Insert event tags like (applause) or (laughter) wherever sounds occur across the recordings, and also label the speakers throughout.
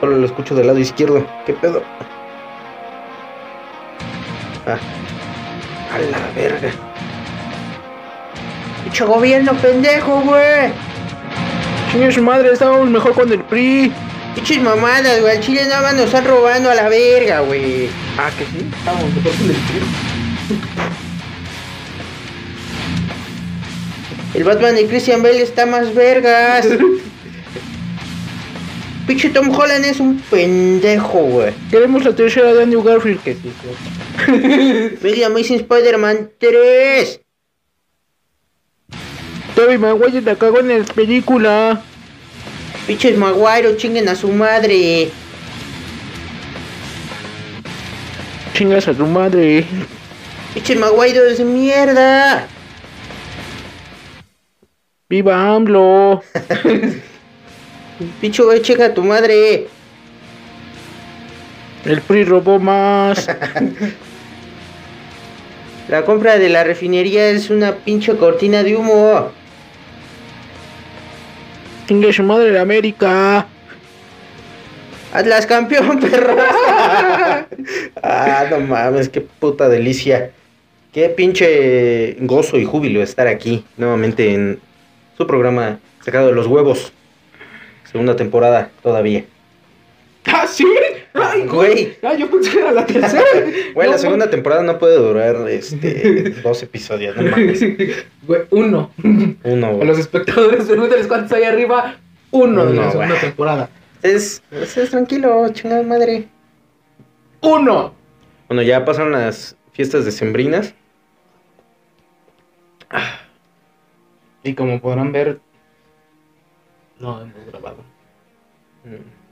Speaker 1: Solo lo escucho del lado izquierdo. ¿Qué pedo? Ah. A la verga.
Speaker 2: Mucho gobierno pendejo, güey.
Speaker 1: Chingue su madre, estábamos mejor con el PRI.
Speaker 2: Pinches mamadas, güey. Al Chile nada más nos están robando a la verga, güey.
Speaker 1: Ah, que sí, estábamos mejor con el PRI.
Speaker 2: El Batman de Christian Bale está
Speaker 1: (laughs)
Speaker 2: más vergas. Pinche Tom Holland es un pendejo, güey.
Speaker 1: Queremos la tercera de Andrew Garfield, que sí. sí.
Speaker 2: Ve The Amazing Spider-Man 3.
Speaker 1: Toby Maguire la cagó en la película.
Speaker 2: Pinches Maguire, chinguen a su madre.
Speaker 1: Chingas a tu madre.
Speaker 2: Pinches Maguire es mierda.
Speaker 1: Viva AMLO.
Speaker 2: Picho, güey, chinga a tu madre.
Speaker 1: El PRI robó más.
Speaker 2: La compra de la refinería es una pinche cortina de humo.
Speaker 1: Chingue su madre la América.
Speaker 2: Atlas campeón, (laughs) perro.
Speaker 1: Ah, no mames, qué puta delicia.
Speaker 2: Qué pinche gozo y júbilo estar aquí nuevamente en su programa sacado de los huevos. Segunda temporada todavía.
Speaker 1: ¿Ah, sí? Ay,
Speaker 2: Güey.
Speaker 1: Ah, yo pensé que era la tercera.
Speaker 2: (laughs) Güey, la
Speaker 1: No,
Speaker 2: segunda temporada no puede
Speaker 1: (laughs)
Speaker 2: durar este dos episodios, no mames.
Speaker 3: (laughs) Güey, uno.
Speaker 2: Uno,
Speaker 3: A
Speaker 2: güey.
Speaker 3: los espectadores, pregúntales cuántos hay arriba. Uno, de
Speaker 2: Uno,
Speaker 3: la segunda
Speaker 2: güey.
Speaker 3: temporada.
Speaker 2: Ustedes, ustedes pues, tranquilo, chingada madre.
Speaker 3: ¡Uno!
Speaker 2: Bueno, ya pasaron las fiestas decembrinas.
Speaker 3: Y como podrán ver, no hemos grabado.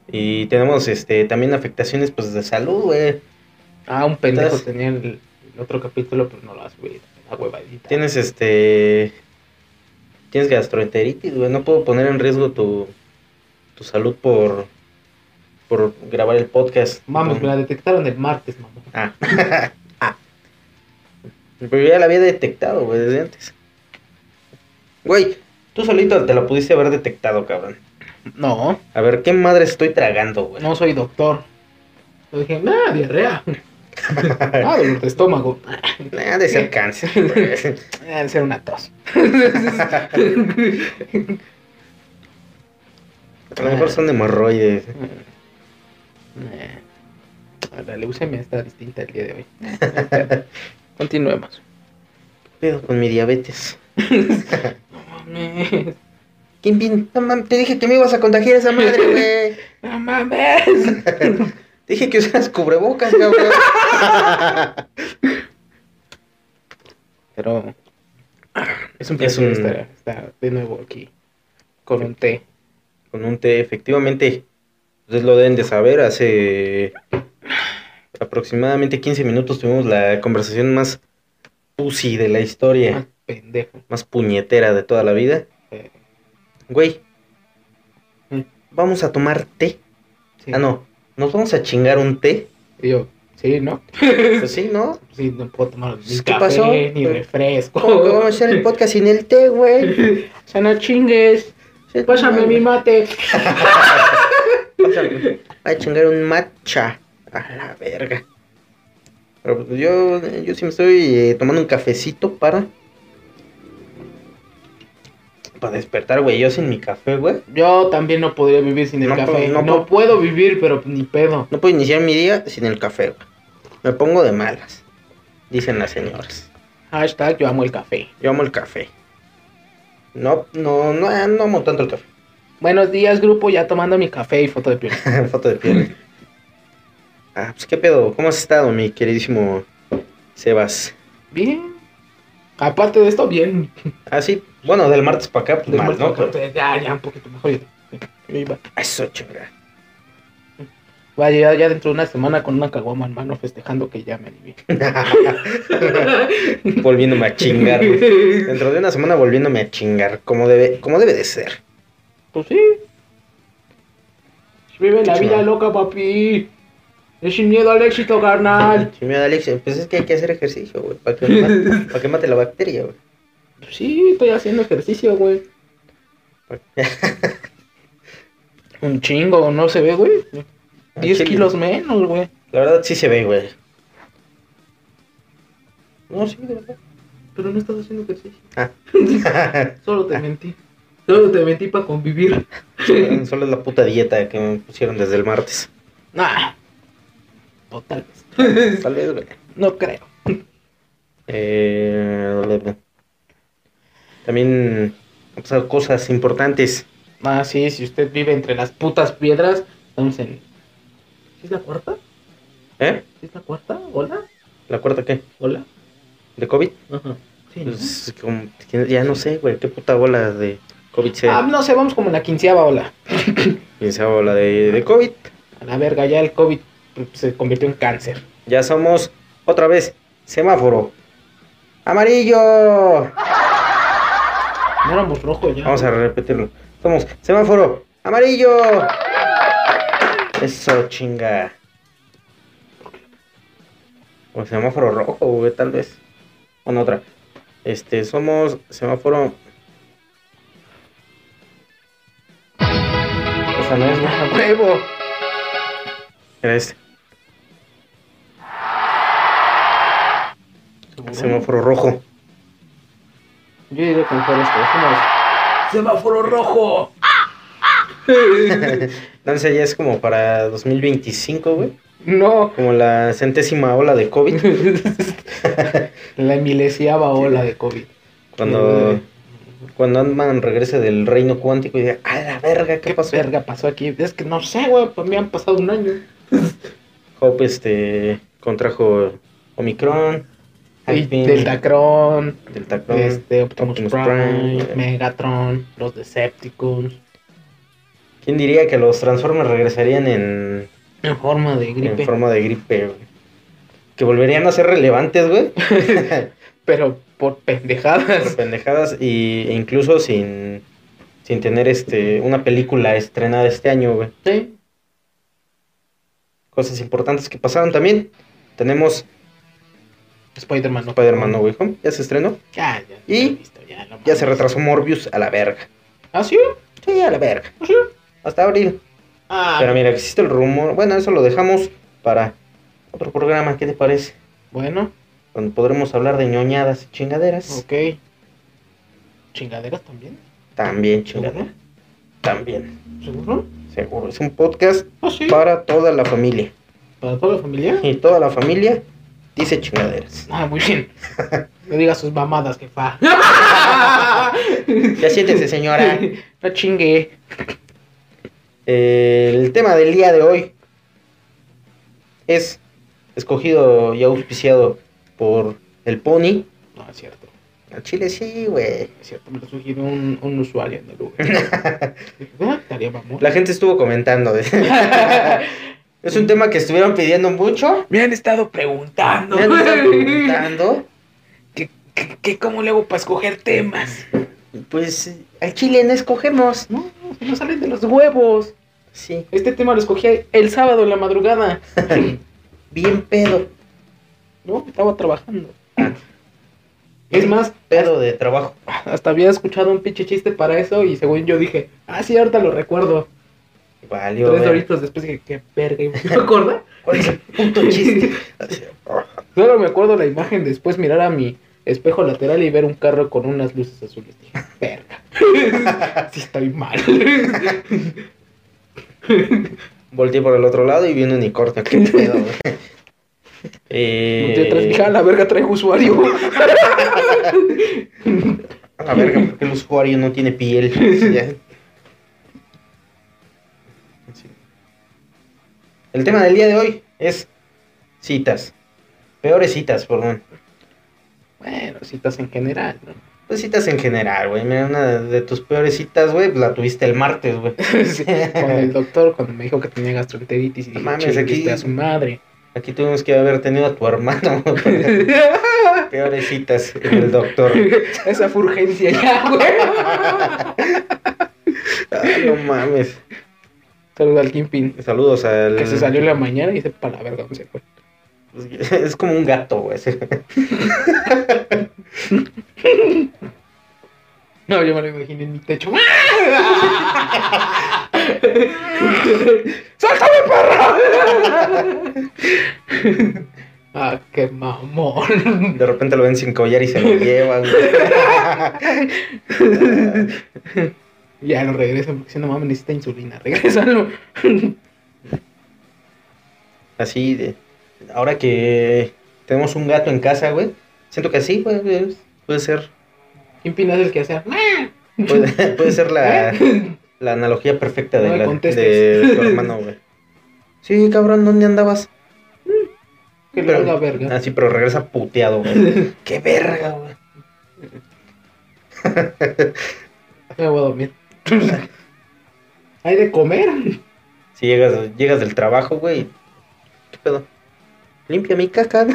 Speaker 2: Y tenemos este también afectaciones pues de salud, güey.
Speaker 3: Ah, un pendejo
Speaker 2: Entonces-
Speaker 3: tenía el, el otro capítulo, pero no lo has subido. La huevadita.
Speaker 2: Tienes este. Tienes gastroenteritis, güey. No puedo poner en riesgo tu, tu salud por. por grabar el podcast.
Speaker 3: Vamos, me
Speaker 2: Entonces-
Speaker 3: la detectaron el martes, mamá.
Speaker 2: Ah. Ah. Pero yo ya la había detectado, güey, desde antes. Güey, tú solito te la pudiste haber detectado, cabrón.
Speaker 3: No,
Speaker 2: A ver, ¿qué madre estoy tragando, güey?
Speaker 3: no soy doctor. Yo dije, nada, (laughs) diarrea. Ah, dolor de estómago.
Speaker 2: (laughs) Nada de ser cáncer, güey.
Speaker 3: Ah, (laughs) Debe ser una (laughs) tos. Eh,
Speaker 2: A lo mejor son hemorroides.
Speaker 3: Ah, La leucemia está distinta el día de hoy. (laughs) Continuemos.
Speaker 2: ¿Qué pedo con mi diabetes?
Speaker 3: No mames.
Speaker 2: ¿Quién vino? No mames, te dije que me ibas a contagiar esa madre, güey.
Speaker 3: No mames.
Speaker 2: Te dije que usaras cubrebocas, cabrón.
Speaker 3: Pero es un
Speaker 2: Es
Speaker 3: placer
Speaker 2: un-
Speaker 3: estar, estar de nuevo aquí con un té.
Speaker 2: Con un té, efectivamente. Ustedes lo deben de saber. Hace aproximadamente 15 minutos tuvimos la conversación más pussy de la
Speaker 3: más
Speaker 2: historia.
Speaker 3: pendejo.
Speaker 2: Más puñetera de toda la vida.
Speaker 3: Eh,
Speaker 2: Güey,
Speaker 3: Mm.
Speaker 2: vamos a tomar té.
Speaker 3: sí.
Speaker 2: Ah, no. ¿Nos vamos a chingar un té?
Speaker 3: Y yo, sí, ¿no?
Speaker 2: Pues sí,
Speaker 3: (laughs)
Speaker 2: ¿no?
Speaker 3: Sí, no puedo tomar ni
Speaker 2: ¿Qué
Speaker 3: café,
Speaker 2: pasó?
Speaker 3: ni refresco.
Speaker 2: ¿Cómo que vamos a hacer
Speaker 3: (laughs)
Speaker 2: el podcast sin el té, güey?
Speaker 3: O sea, no chingues. Pásame mi mate.
Speaker 2: Pásame. Voy a chingar un matcha. A la verga. Pero pues yo, yo sí me estoy eh, tomando un cafecito para. Para despertar, güey. Yo sin mi café, güey.
Speaker 3: Yo también no podría vivir sin el
Speaker 2: No
Speaker 3: café.
Speaker 2: puedo- no
Speaker 3: No,
Speaker 2: puedo-
Speaker 3: puedo vivir, pero ni pedo.
Speaker 2: No puedo iniciar mi día sin el café, güey. Me pongo de malas. Dicen las señoras.
Speaker 3: Hashtag yo amo el café.
Speaker 2: Yo amo el café. No, no, no, no amo tanto el café. (laughs)
Speaker 3: Buenos días, grupo, ya tomando mi café y foto de piel.
Speaker 2: Foto de piel. Ah, pues qué pedo. ¿Cómo has estado, mi queridísimo Sebas?
Speaker 3: Bien. Aparte de esto, bien.
Speaker 2: Ah, sí. Bueno, del martes para acá, pues
Speaker 3: Del
Speaker 2: mal,
Speaker 3: martes
Speaker 2: ¿no?
Speaker 3: para acá,
Speaker 2: Pero-
Speaker 3: pues, Ya, ya, un poquito mejor. ya. Sí, va.
Speaker 2: Eso, chinga. (laughs)
Speaker 3: Voy a llegar ya dentro de una semana con una caguama en mano festejando que ya me alivié.
Speaker 2: volviéndome a chingar. güey.
Speaker 3: (laughs)
Speaker 2: Dentro de una semana volviéndome a chingar. Como debe, como debe de ser.
Speaker 3: Pues sí. Vive la
Speaker 2: Sí.
Speaker 3: vida loca, papi. Es sin miedo al éxito, (laughs) carnal.
Speaker 2: Si me da Alex, pues es que hay que hacer ejercicio, güey, para que, mate- para que mate la bacteria, güey.
Speaker 3: Sí, estoy haciendo ejercicio, güey.
Speaker 2: Pa-
Speaker 3: Un chingo, no se ve, güey. 10
Speaker 2: Chile.
Speaker 3: kilos menos, güey.
Speaker 2: La verdad sí se ve, güey. No, sí, de verdad.
Speaker 3: Pero no estás haciendo ejercicio.
Speaker 2: Ah.
Speaker 3: Solo te mentí. Solo te mentí para convivir.
Speaker 2: (laughs) Solo es la puta dieta que me pusieron desde el martes.
Speaker 3: nah. (laughs) Total.
Speaker 2: Tal vez, güey.
Speaker 3: No creo.
Speaker 2: Eh, la- la- también han pasado cosas importantes.
Speaker 3: Ah, sí, si usted vive entre las putas piedras, estamos en. ¿Sí ¿Es la cuarta?
Speaker 2: ¿Eh?
Speaker 3: ¿Sí ¿Es la cuarta? ¿Hola?
Speaker 2: ¿La cuarta qué?
Speaker 3: ¿Hola?
Speaker 2: ¿De COVID?
Speaker 3: Ajá. Sí. ¿no?
Speaker 2: Pues, como- ya no sé, güey. ¿Qué puta bola de COVID se
Speaker 3: Ah, no sé, vamos como en la quinceava ola.
Speaker 2: pensaba la de, de COVID?
Speaker 3: A la verga, ya el COVID pues, se convirtió en cáncer.
Speaker 2: Ya somos otra vez semáforo. ¡Amarillo!
Speaker 3: No éramos rojos ya.
Speaker 2: Vamos a repetirlo. Somos semáforo amarillo. Eso, chinga. O semáforo rojo, güey, tal vez. O no, otra. Este, somos semáforo. O sea, no
Speaker 3: (laughs)
Speaker 2: es nada.
Speaker 3: ¡Huevo!
Speaker 2: Era este. Semáforo rojo.
Speaker 3: Yo diría que mejor esto. Somos. ¡Semáforo rojo!
Speaker 2: Entonces ya es como para 2025, güey.
Speaker 3: (laughs) no. (laughs)
Speaker 2: Como la centésima ola de COVID.
Speaker 3: la milesiava ola de COVID.
Speaker 2: Cuando,
Speaker 3: Sí.
Speaker 2: cuando Ant-Man regrese del reino cuántico y diga, a la verga, ¿qué,
Speaker 3: ¿Qué
Speaker 2: pasó?
Speaker 3: verga pasó aquí? Es que no sé, güey, pues me han pasado un año.
Speaker 2: Hope este, contrajo Omicron,
Speaker 3: Y
Speaker 2: Hyphen,
Speaker 3: Deltacron,
Speaker 2: Deltacron,
Speaker 3: este, Optimus,
Speaker 2: Optimus
Speaker 3: Prime,
Speaker 2: Prime.
Speaker 3: Megatron, los Decepticons,
Speaker 2: ¿Quién diría que los Transformers regresarían en,
Speaker 3: en forma de
Speaker 2: en
Speaker 3: gripe.
Speaker 2: forma de gripe? güey? Que volverían a ser relevantes, güey.
Speaker 3: pero por
Speaker 2: por (laughs)
Speaker 3: pendejadas.
Speaker 2: pendejadas y, e incluso sin, sin tener este, una película estrenada este año, güey.
Speaker 3: Sí.
Speaker 2: Cosas importantes que pasaron también. Tenemos
Speaker 3: Spider-Man no.
Speaker 2: Spider-Man No Way Home, ya se estrenó.
Speaker 3: Ya, ya, ya
Speaker 2: Y
Speaker 3: lo he visto, ya, no
Speaker 2: Ya
Speaker 3: mames.
Speaker 2: se retrasó Morbius a la verga.
Speaker 3: ¿Ah, sí?
Speaker 2: Sí, a la verga.
Speaker 3: ¿Ah, sí?
Speaker 2: Hasta abril.
Speaker 3: Ah,
Speaker 2: Pero mira, existe el rumor. Bueno, eso lo dejamos para otro programa. ¿Qué te parece?
Speaker 3: bueno,
Speaker 2: Donde podremos hablar de ñoñadas y chingaderas.
Speaker 3: ok. ¿Chingaderas también?
Speaker 2: También chingaderas. También.
Speaker 3: ¿Seguro?
Speaker 2: Seguro. Es un podcast
Speaker 3: Ah, sí.
Speaker 2: para toda la familia.
Speaker 3: ¿Para toda la familia?
Speaker 2: Y toda la familia dice chingaderas.
Speaker 3: Ah, muy
Speaker 2: (laughs)
Speaker 3: bien. No diga sus mamadas, jefa.
Speaker 2: Ya siéntese,
Speaker 3: (laughs)
Speaker 2: señora.
Speaker 3: no chingue.
Speaker 2: El tema del día de hoy es escogido y auspiciado por el Pony.
Speaker 3: No, es cierto.
Speaker 2: Al Chile sí, güey.
Speaker 3: Es cierto, me lo sugirió un, un usuario en
Speaker 2: (laughs)
Speaker 3: el Uber. Dije, "Ah, Estaría mamón.
Speaker 2: La gente estuvo comentando. es un tema que estuvieron pidiendo mucho.
Speaker 3: (laughs) Me han estado preguntando.
Speaker 2: Me han estado preguntando.
Speaker 3: ¿Qué, qué, qué- cómo le hago para escoger temas?
Speaker 2: Pues eh, al chile no escogemos, ¿no?
Speaker 3: No, si no salen de los huevos.
Speaker 2: Sí,
Speaker 3: Este tema lo escogí el sábado en la madrugada.
Speaker 2: bien pedo.
Speaker 3: No, estaba trabajando. Es más,
Speaker 2: Pedo de trabajo.
Speaker 3: hasta había escuchado un pinche chiste para eso y según yo dije, ah, sí, ahorita lo recuerdo.
Speaker 2: Valió.
Speaker 3: Tres
Speaker 2: ver.
Speaker 3: horitos después dije, qué verga, ¿y me acuerdo?
Speaker 2: ¿Cuál es el puto
Speaker 3: (laughs)
Speaker 2: chiste? Así, oh,
Speaker 3: Solo me acuerdo la imagen después mirar a mi espejo lateral y ver un carro con unas luces azules. Dije, verga. (laughs) sí estoy mal.
Speaker 2: Volteé por el otro lado y vi un unicornio.
Speaker 3: (laughs)
Speaker 2: Qué pedo, güey. Eh,
Speaker 3: Volteé atrás y dije, "Ah, la verga traigo usuario.
Speaker 2: A la verga, porque el usuario no tiene
Speaker 3: (laughs)
Speaker 2: piel. Sí, ya. Sí. El tema del día de hoy es citas. Peores citas, perdón.
Speaker 3: bueno, citas en general, ¿no? (laughs)
Speaker 2: Pues citas en general, güey. Mira, una de tus peores citas, güey, pues la tuviste el martes, güey.
Speaker 3: Sí, con el doctor cuando me dijo que tenía gastroenteritis y dije,
Speaker 2: No mames,
Speaker 3: "Chingue
Speaker 2: aquí-
Speaker 3: usted a
Speaker 2: (laughs)
Speaker 3: su madre.
Speaker 2: Aquí tuvimos que haber tenido a tu hermano. (laughs) güey. Peores citas en el doctor.
Speaker 3: Esa fue urgencia ya, güey.
Speaker 2: Ay, no Ah, mames.
Speaker 3: Saluda al Kingpin.
Speaker 2: Saludos al.
Speaker 3: Que se salió en la mañana y dice, para la verga, no se fue.
Speaker 2: Pues, (laughs) Es como un gato, güey. ese.
Speaker 3: No, yo me lo imaginé en mi techo. (laughs) ¡Sáltame, perro! (laughs) ah, qué mamón.
Speaker 2: De repente lo ven sin collar y se lo llevan, güey.
Speaker 3: (laughs) Ya lo regresan porque si no mames necesita insulina. (laughs) Regresalo.
Speaker 2: Así de. Ahora que tenemos un gato en casa, güey. Siento que así, güey, es- puede ser.
Speaker 3: Kingpin es el que hace.
Speaker 2: Puede, puede ser
Speaker 3: (laughs) ¿Eh?
Speaker 2: la, la analogía perfecta de,
Speaker 3: No me
Speaker 2: la-
Speaker 3: contestes.
Speaker 2: de
Speaker 3: (laughs)
Speaker 2: tu hermano, güey. Sí, cabrón, ¿dónde andabas?
Speaker 3: Que le la verga.
Speaker 2: Ah, sí, pero regresa puteado,
Speaker 3: (laughs)
Speaker 2: güey. ¡Qué verga, güey!
Speaker 3: Me voy a dormir. (laughs) Hay de comer. (laughs)
Speaker 2: Si llegas, llegas del trabajo, güey. ¿Qué pedo? Limpia mi caca. (laughs)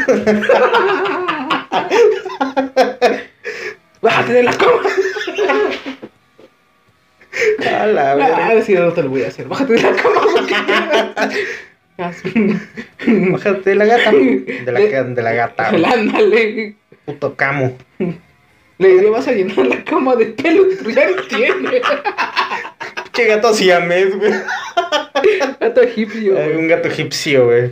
Speaker 3: Bájate de la cama.
Speaker 2: A la
Speaker 3: Ah,
Speaker 2: verga.
Speaker 3: sí, no te lo voy a hacer. Bájate de la cama. (laughs) Ah, porque-
Speaker 2: Bájate de la gata. De
Speaker 3: (laughs)
Speaker 2: la, ca- de la gata, güey.
Speaker 3: Ándale.
Speaker 2: Puto camo.
Speaker 3: Le diría, vas a llenar la cama de pelo, pero ya no
Speaker 2: (laughs)
Speaker 3: tiene.
Speaker 2: Qué gato siamés,
Speaker 3: (laughs)
Speaker 2: güey.
Speaker 3: Gato egipcio.
Speaker 2: Ay,
Speaker 3: güey.
Speaker 2: Un gato egipcio,
Speaker 3: (laughs)
Speaker 2: güey.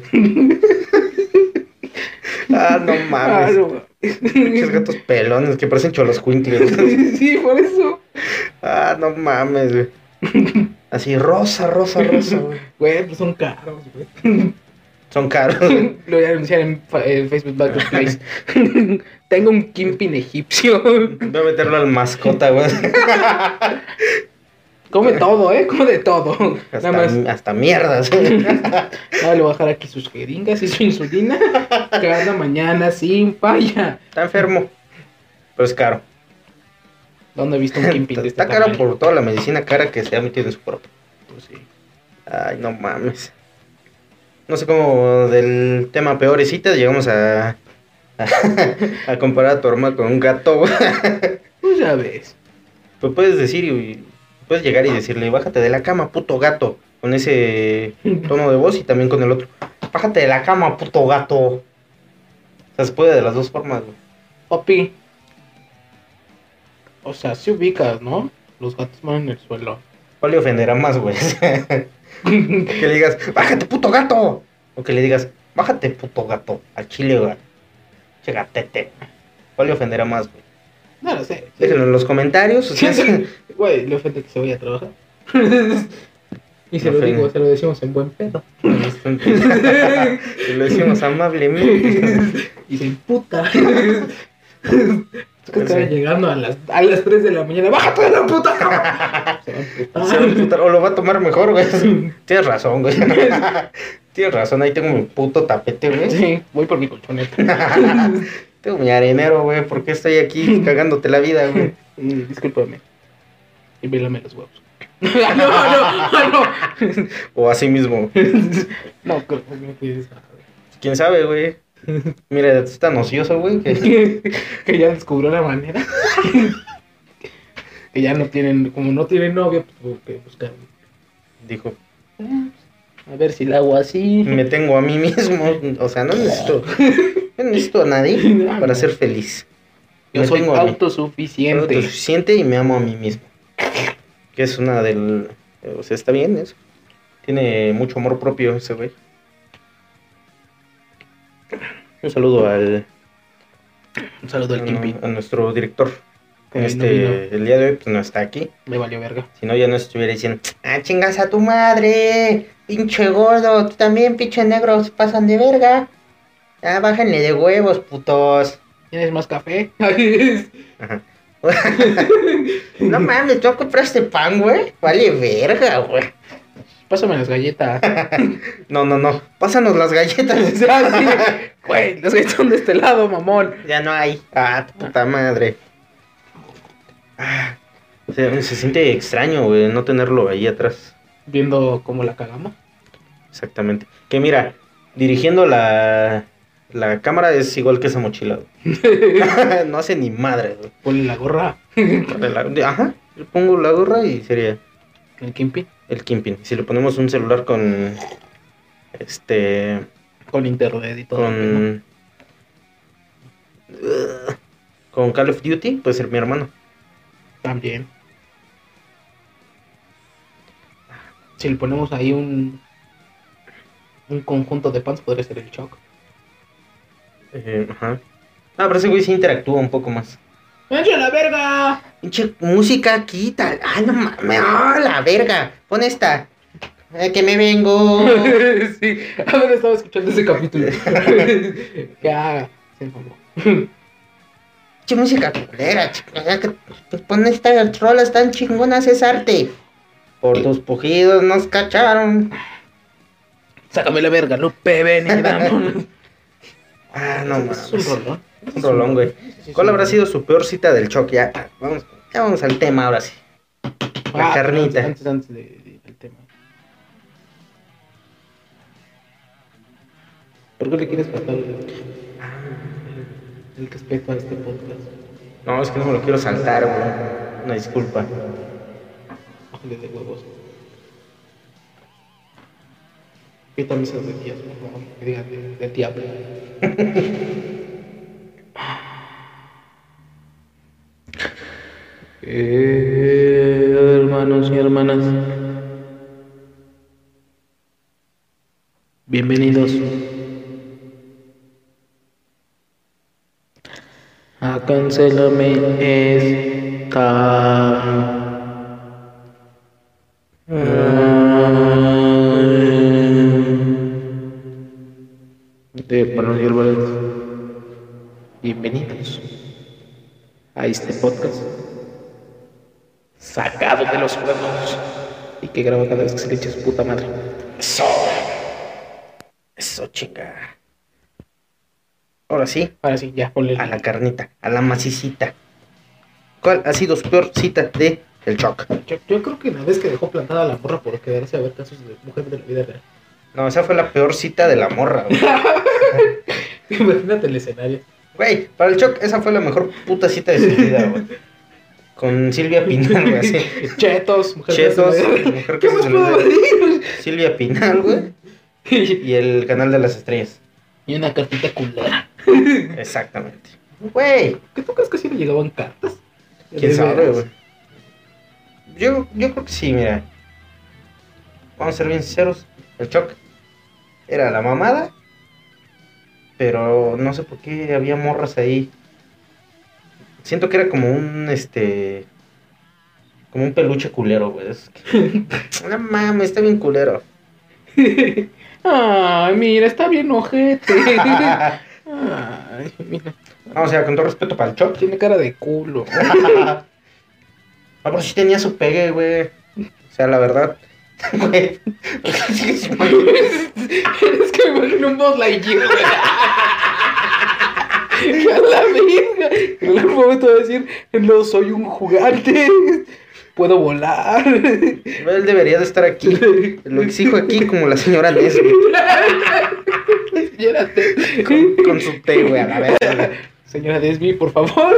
Speaker 2: ah, no
Speaker 3: Ah,
Speaker 2: mames.
Speaker 3: no, mames.
Speaker 2: Muchos gatos pelones que parecen cholos cuintles.
Speaker 3: Sí, (laughs) sí, por eso.
Speaker 2: ah, no mames,
Speaker 3: (laughs)
Speaker 2: güey. Así, rosa, rosa, rosa, güey.
Speaker 3: Güey, pues
Speaker 2: (laughs)
Speaker 3: son caros, güey.
Speaker 2: Son caros. güey.
Speaker 3: Lo voy a anunciar en, fa- en Facebook Marketplace. (laughs) Tengo un Kimpin egipcio. (laughs)
Speaker 2: Voy a meterlo al mascota, güey.
Speaker 3: Come todo, ¿eh? Come de todo. Nada
Speaker 2: Hasta,
Speaker 3: más.
Speaker 2: hasta mierdas.
Speaker 3: (laughs)
Speaker 2: güey.
Speaker 3: Ahora le voy a dejar aquí sus jeringas y
Speaker 2: (laughs)
Speaker 3: su insulina. Cada mañana sin falla.
Speaker 2: Está enfermo. Pero es caro.
Speaker 3: ¿Dónde he visto un Kimpin de este
Speaker 2: Está caro
Speaker 3: tamaño?
Speaker 2: por toda la medicina cara que se ha metido en su cuerpo.
Speaker 3: Pues sí.
Speaker 2: Ay, no mames. No sé cómo del tema peores citas llegamos a, (laughs) a, comparar a tu hermano con un gato. güey.
Speaker 3: Pues
Speaker 2: (laughs)
Speaker 3: ya ves.
Speaker 2: Pues puedes decir y puedes llegar y decirle, bájate de la cama, puto gato, con ese tono de voz y también con el otro. Bájate de la cama, puto gato. O sea, se puede de las dos formas, güey.
Speaker 3: Papi. O sea, si ubicas, ¿no? Los gatos van en el suelo. (laughs)
Speaker 2: ¿Cuál le ofenderá más, güey? (laughs) que le digas, bájate, puto gato. O que le digas, bájate, puto gato, al chile, güey. Che gatete. ¿Cuál le ofenderá más, güey?
Speaker 3: No lo sé.
Speaker 2: Déjenlo en los comentarios. ustedes-
Speaker 3: Sí, Güey, le ofende que se vaya
Speaker 2: (laughs)
Speaker 3: a trabajar. (laughs) y se
Speaker 2: Me
Speaker 3: lo
Speaker 2: ofende.
Speaker 3: digo, se lo decimos en buen pedo.
Speaker 2: (laughs) Y lo decimos
Speaker 3: (laughs)
Speaker 2: amablemente.
Speaker 3: y se (laughs) emputa. es que estaba
Speaker 2: Sí.
Speaker 3: llegando a las, a las 3 de la mañana. ¡Bájate de la puta! cama! (laughs) Ah, se va
Speaker 2: Se va a
Speaker 3: a emputar.
Speaker 2: disfrutar, o lo va a tomar mejor, güey. Tienes razón, güey. Tienes razón, ahí tengo mi puto tapete, güey.
Speaker 3: Sí, voy por mi eh. (laughs) colchoneta.
Speaker 2: Tengo mi arenero, güey. ¿Por qué estoy
Speaker 3: (laughs)
Speaker 2: aquí cagándote la vida, güey?
Speaker 3: Mm, Discúlpame. Y vélame los huevos. (laughs) no, no, no.
Speaker 2: O así mismo.
Speaker 3: (laughs) no, creo que no puedes.
Speaker 2: ¿Quién sabe, güey? Mira, es tan ocioso, güey,
Speaker 3: (laughs)
Speaker 2: que
Speaker 3: que ya descubrió la manera. (laughs) que ya no tienen, como no tienen novia, pues tuvo que buscar.
Speaker 2: dijo,
Speaker 3: A ver si la hago así.
Speaker 2: me tengo a mí mismo. O sea, no necesito, no necesito a nadie para ser feliz.
Speaker 3: Yo
Speaker 2: Me
Speaker 3: soy
Speaker 2: tengo a mí. Soy
Speaker 3: autosuficiente.
Speaker 2: autosuficiente y me amo a mí mismo. Que es una del. O sea, está bien eso. Tiene mucho amor propio ese güey. Un saludo al,
Speaker 3: Un saludo
Speaker 2: a,
Speaker 3: al Kimpi.
Speaker 2: a nuestro director.
Speaker 3: Que no
Speaker 2: este,
Speaker 3: vino.
Speaker 2: El día de hoy pues, no está aquí.
Speaker 3: Me valió verga.
Speaker 2: Si no, ya no estuviera diciendo: ¡Ah, chingas a tu madre! ¡Pinche gordo! ¡Tú también, pinche negro! ¡Se pasan de verga! ¡Ah, bájenle de huevos, putos!
Speaker 3: ¿Tienes más café? (laughs)
Speaker 2: Ajá. (laughs) no mames, tú compraste pan, güey. Vale verga, güey.
Speaker 3: Pásame las (laughs) galletas.
Speaker 2: No, no, no. Pásanos las
Speaker 3: O
Speaker 2: galletas. (laughs)
Speaker 3: sea, así de, Güey, las galletas son de este lado, mamón.
Speaker 2: Ya no hay. Ah, tu puta madre. Ah, se, se siente extraño, güey, no tenerlo ahí atrás.
Speaker 3: Viendo cómo la cagamos.
Speaker 2: Exactamente. Que mira, dirigiendo la, la cámara es igual que esa mochila. güey. (laughs) no hace ni madre, güey.
Speaker 3: Ponle la gorra
Speaker 2: Ponle la- Ajá. Yo pongo la gorra y sería.
Speaker 3: al Kimpi.
Speaker 2: el Kimpin. Si le ponemos un celular con. Este.
Speaker 3: Con internet y todo. ¿no?
Speaker 2: Con. Ugh. Con Call of Duty, puede ser mi hermano.
Speaker 3: También. Si le ponemos ahí un. Un conjunto de pants podría ser el shock.
Speaker 2: Eh, ajá. Ah, pero ese güey sí interactúa un poco más.
Speaker 3: ¡Echa la verga!
Speaker 2: Pinche música, quita. Ah, no mames. Ah, la verga. Pon esta. Eh, que me vengo.
Speaker 3: (laughs) (laughs) sí, haber estaba escuchando ese capítulo. (laughs) que haga, se mamó.
Speaker 2: Pinche música culera. chingada, que- Pon estas rolas tan chingonas, es arte. Por tus pujidos nos cacharon.
Speaker 3: Sácame la verga,
Speaker 2: (laughs)
Speaker 3: Lupe, ven y vámonos.
Speaker 2: Ah, no mames.
Speaker 3: Es un rolón.
Speaker 2: Un rolón, güey. ¿Cuál habrá sido su peor cita del shock? Ya, vamos, ya vamos al tema ahora sí. La
Speaker 3: Ah,
Speaker 2: carnita.
Speaker 3: Antes, antes de- de- del tema. ¿Por qué le quieres faltar el, el respeto a este podcast?
Speaker 2: No, es que no me lo quiero saltar, güey. Una disculpa.
Speaker 3: Bájale de huevos. Quita misas de tías, por favor. Que digan de, de tía. (laughs) Eh, hermanos y hermanas. Bienvenidos a Cancelame esta. De Manuel y Álvarez. Bienvenidos a este podcast sacado de los juegos y que graba cada vez que se le eche su puta madre.
Speaker 2: Eso. Eso, chinga. Ahora sí,
Speaker 3: Ahora sí, ya ponle
Speaker 2: a la carnita, a la macicita. ¿Cuál ha sido su peor cita de el shock?
Speaker 3: Yo, yo creo que la vez que dejó plantada a la morra por quedarse a ver casos de mujer de la vida real. (laughs)
Speaker 2: No, esa fue la peor cita de la morra, güey.
Speaker 3: Imagínate el escenario.
Speaker 2: Güey, para el shock, esa fue la mejor puta cita de su vida, güey. Con Silvia Pinal, güey, así.
Speaker 3: (laughs) Chetos, mujer
Speaker 2: Chetos,
Speaker 3: de la vida real.
Speaker 2: mujer
Speaker 3: ¿Qué
Speaker 2: que
Speaker 3: más
Speaker 2: se le
Speaker 3: puedo
Speaker 2: olvida.
Speaker 3: pedir?
Speaker 2: Silvia Pinal, güey. Y el canal de las estrellas.
Speaker 3: (laughs) Y una cartita culera.
Speaker 2: Exactamente. Güey.
Speaker 3: ¿Qué tú crees que sí le llegaban cartas?
Speaker 2: ¿Quién
Speaker 3: De
Speaker 2: sabe,
Speaker 3: veras.
Speaker 2: güey? Yo, yo creo que sí, mira. Vamos a ser bien sinceros. El shock era la mamada. Pero no sé por qué había morras ahí. Siento que era como un, este... Como un peluche culero, güey. Es que- No mames, está bien culero.
Speaker 3: (laughs) Ay, mira, está bien ojete.
Speaker 2: (laughs)
Speaker 3: Ay, mira,
Speaker 2: No, o sea, con todo respeto para el
Speaker 3: (laughs)
Speaker 2: shock.
Speaker 3: tiene cara
Speaker 2: (laughs)
Speaker 3: de culo.
Speaker 2: Ah, pero sí tenía su pegue, güey. O sea, la verdad. (laughs) Güey. (laughs)
Speaker 3: es que me imagino un Buzz Lightyear. güey. (laughs) A la verga. En algún momento va a decir, no soy un jugante. Puedo volar. (laughs)
Speaker 2: Él debería de estar aquí. Lo exijo aquí como la señora Ness, güey,
Speaker 3: Señora Des-
Speaker 2: (laughs) Con, con su té, güey, a la verga. güey.
Speaker 3: Señora Desmi, por favor.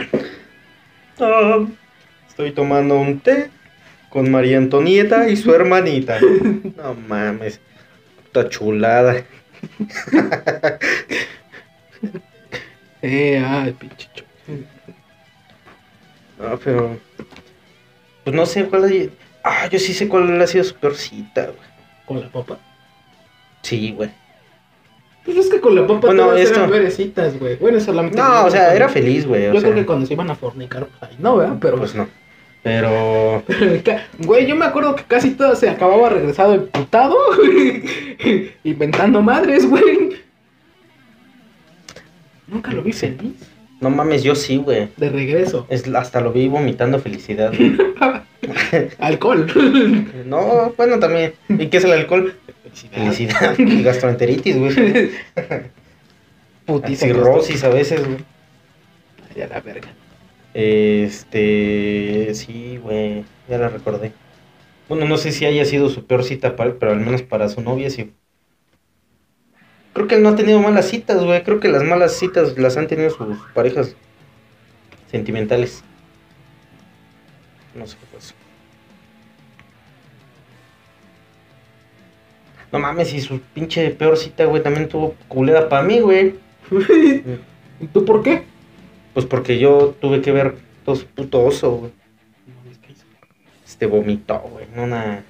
Speaker 3: (laughs)
Speaker 2: Ah, Estoy tomando un té con María Antonieta y su hermanita. No mames. Puta chulada.
Speaker 3: Eh, ay, pinche cho-
Speaker 2: No, pero. Pues no sé cuál. ha- Ah, yo sí sé cuál ha sido su peor cita, güey.
Speaker 3: ¿Con la papa?
Speaker 2: Sí, güey.
Speaker 3: Pues es que con la papa
Speaker 2: Bueno,
Speaker 3: todas
Speaker 2: esto-
Speaker 3: eran verecitas, güey. Bueno, solamente.
Speaker 2: No, o sea, era feliz, güey. o
Speaker 3: Yo creo
Speaker 2: sea.
Speaker 3: que cuando se iban a fornicar, pues ahí no, ¿verdad? Pero,
Speaker 2: Pues no. Pero.
Speaker 3: (laughs) ca- güey, yo me acuerdo que casi todo se acababa regresado emputado, (laughs) inventando madres, güey. Nunca lo vi
Speaker 2: Sí.
Speaker 3: feliz.
Speaker 2: No mames, yo sí, güey.
Speaker 3: De regreso.
Speaker 2: Es, hasta lo vi vomitando felicidad. güey.
Speaker 3: Alcohol.
Speaker 2: No, bueno, también. ¿Y qué es el alcohol? Felicidad. (laughs) Y gastroenteritis, (laughs) güey.
Speaker 3: (laughs) Putiza. que
Speaker 2: Cirrosis a veces, güey.
Speaker 3: estoy. Ay, a la verga.
Speaker 2: Este. Sí, güey. Ya la recordé. Bueno, no sé si haya sido su peor cita para él, pero al menos para su novia sí. Creo que él no ha tenido malas citas, güey. Creo que las malas citas las han tenido sus parejas sentimentales. No sé qué fue eso. No mames, y su pinche peor cita, güey, también tuvo culera para mí, güey.
Speaker 3: ¿Tú por qué?
Speaker 2: Pues porque yo tuve que ver dos puto oso, güey. Este vomitó, güey, en una,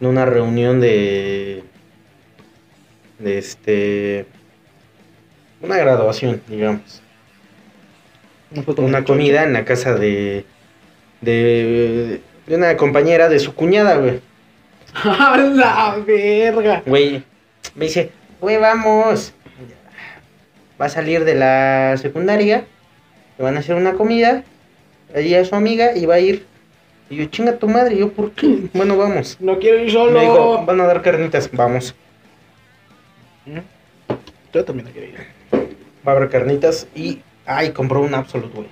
Speaker 2: en una reunión de. de este. una graduación, digamos.
Speaker 3: No fue como
Speaker 2: una
Speaker 3: muchacho.
Speaker 2: comida en la casa de, de, de una compañera de su cuñada, güey.
Speaker 3: (laughs) ¡A la verga!
Speaker 2: Güey, me dice, güey, vamos. Va a salir de la secundaria, le van a hacer una comida, allí a su amiga y va a ir. Y yo, chinga tu madre, yo, ¿por qué? Bueno, vamos.
Speaker 3: No quiero ir solo.
Speaker 2: Me dijo, van a dar carnitas, vamos.
Speaker 3: Yo también no quiero ir.
Speaker 2: Va a haber carnitas y, ay, compró un Absolut, güey.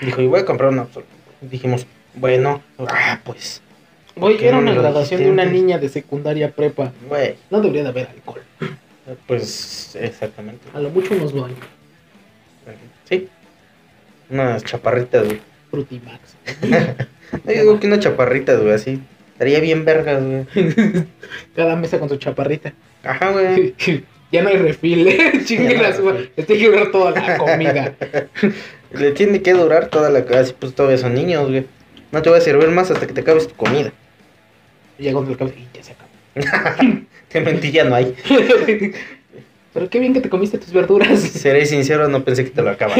Speaker 2: Dijo, y voy a comprar un Absolut. Dijimos, bueno, ah, pues,
Speaker 3: Güey,
Speaker 2: qué
Speaker 3: era
Speaker 2: no
Speaker 3: una
Speaker 2: me lo
Speaker 3: graduación de
Speaker 2: dijiste
Speaker 3: una
Speaker 2: antes?
Speaker 3: niña de secundaria prepa.
Speaker 2: güey.
Speaker 3: No debería de haber alcohol.
Speaker 2: Pues exactamente.
Speaker 3: A lo mucho unos baños.
Speaker 2: Sí. Unas chaparritas, güey.
Speaker 3: Frutimax.
Speaker 2: No, yo digo que unas chaparritas, güey, así. Estaría bien vergas, güey.
Speaker 3: Cada mesa con su chaparrita. (laughs)
Speaker 2: Ajá, güey.
Speaker 3: ya no hay refil, ¿eh?
Speaker 2: (laughs)
Speaker 3: Chingue
Speaker 2: Ya no hay
Speaker 3: la suba.
Speaker 2: refil.
Speaker 3: Les tiene que durar toda la comida.
Speaker 2: Le tiene que durar toda la casa, pues todavía son niños, güey. No te voy a servir más hasta que te acabes tu comida.
Speaker 3: Y ya cuando lo acabas, y ya se acabó. (laughs)
Speaker 2: Te mentí, ya no hay.
Speaker 3: Pero qué bien que te comiste tus verduras. (laughs)
Speaker 2: Seré sincero, no pensé que te lo acabas.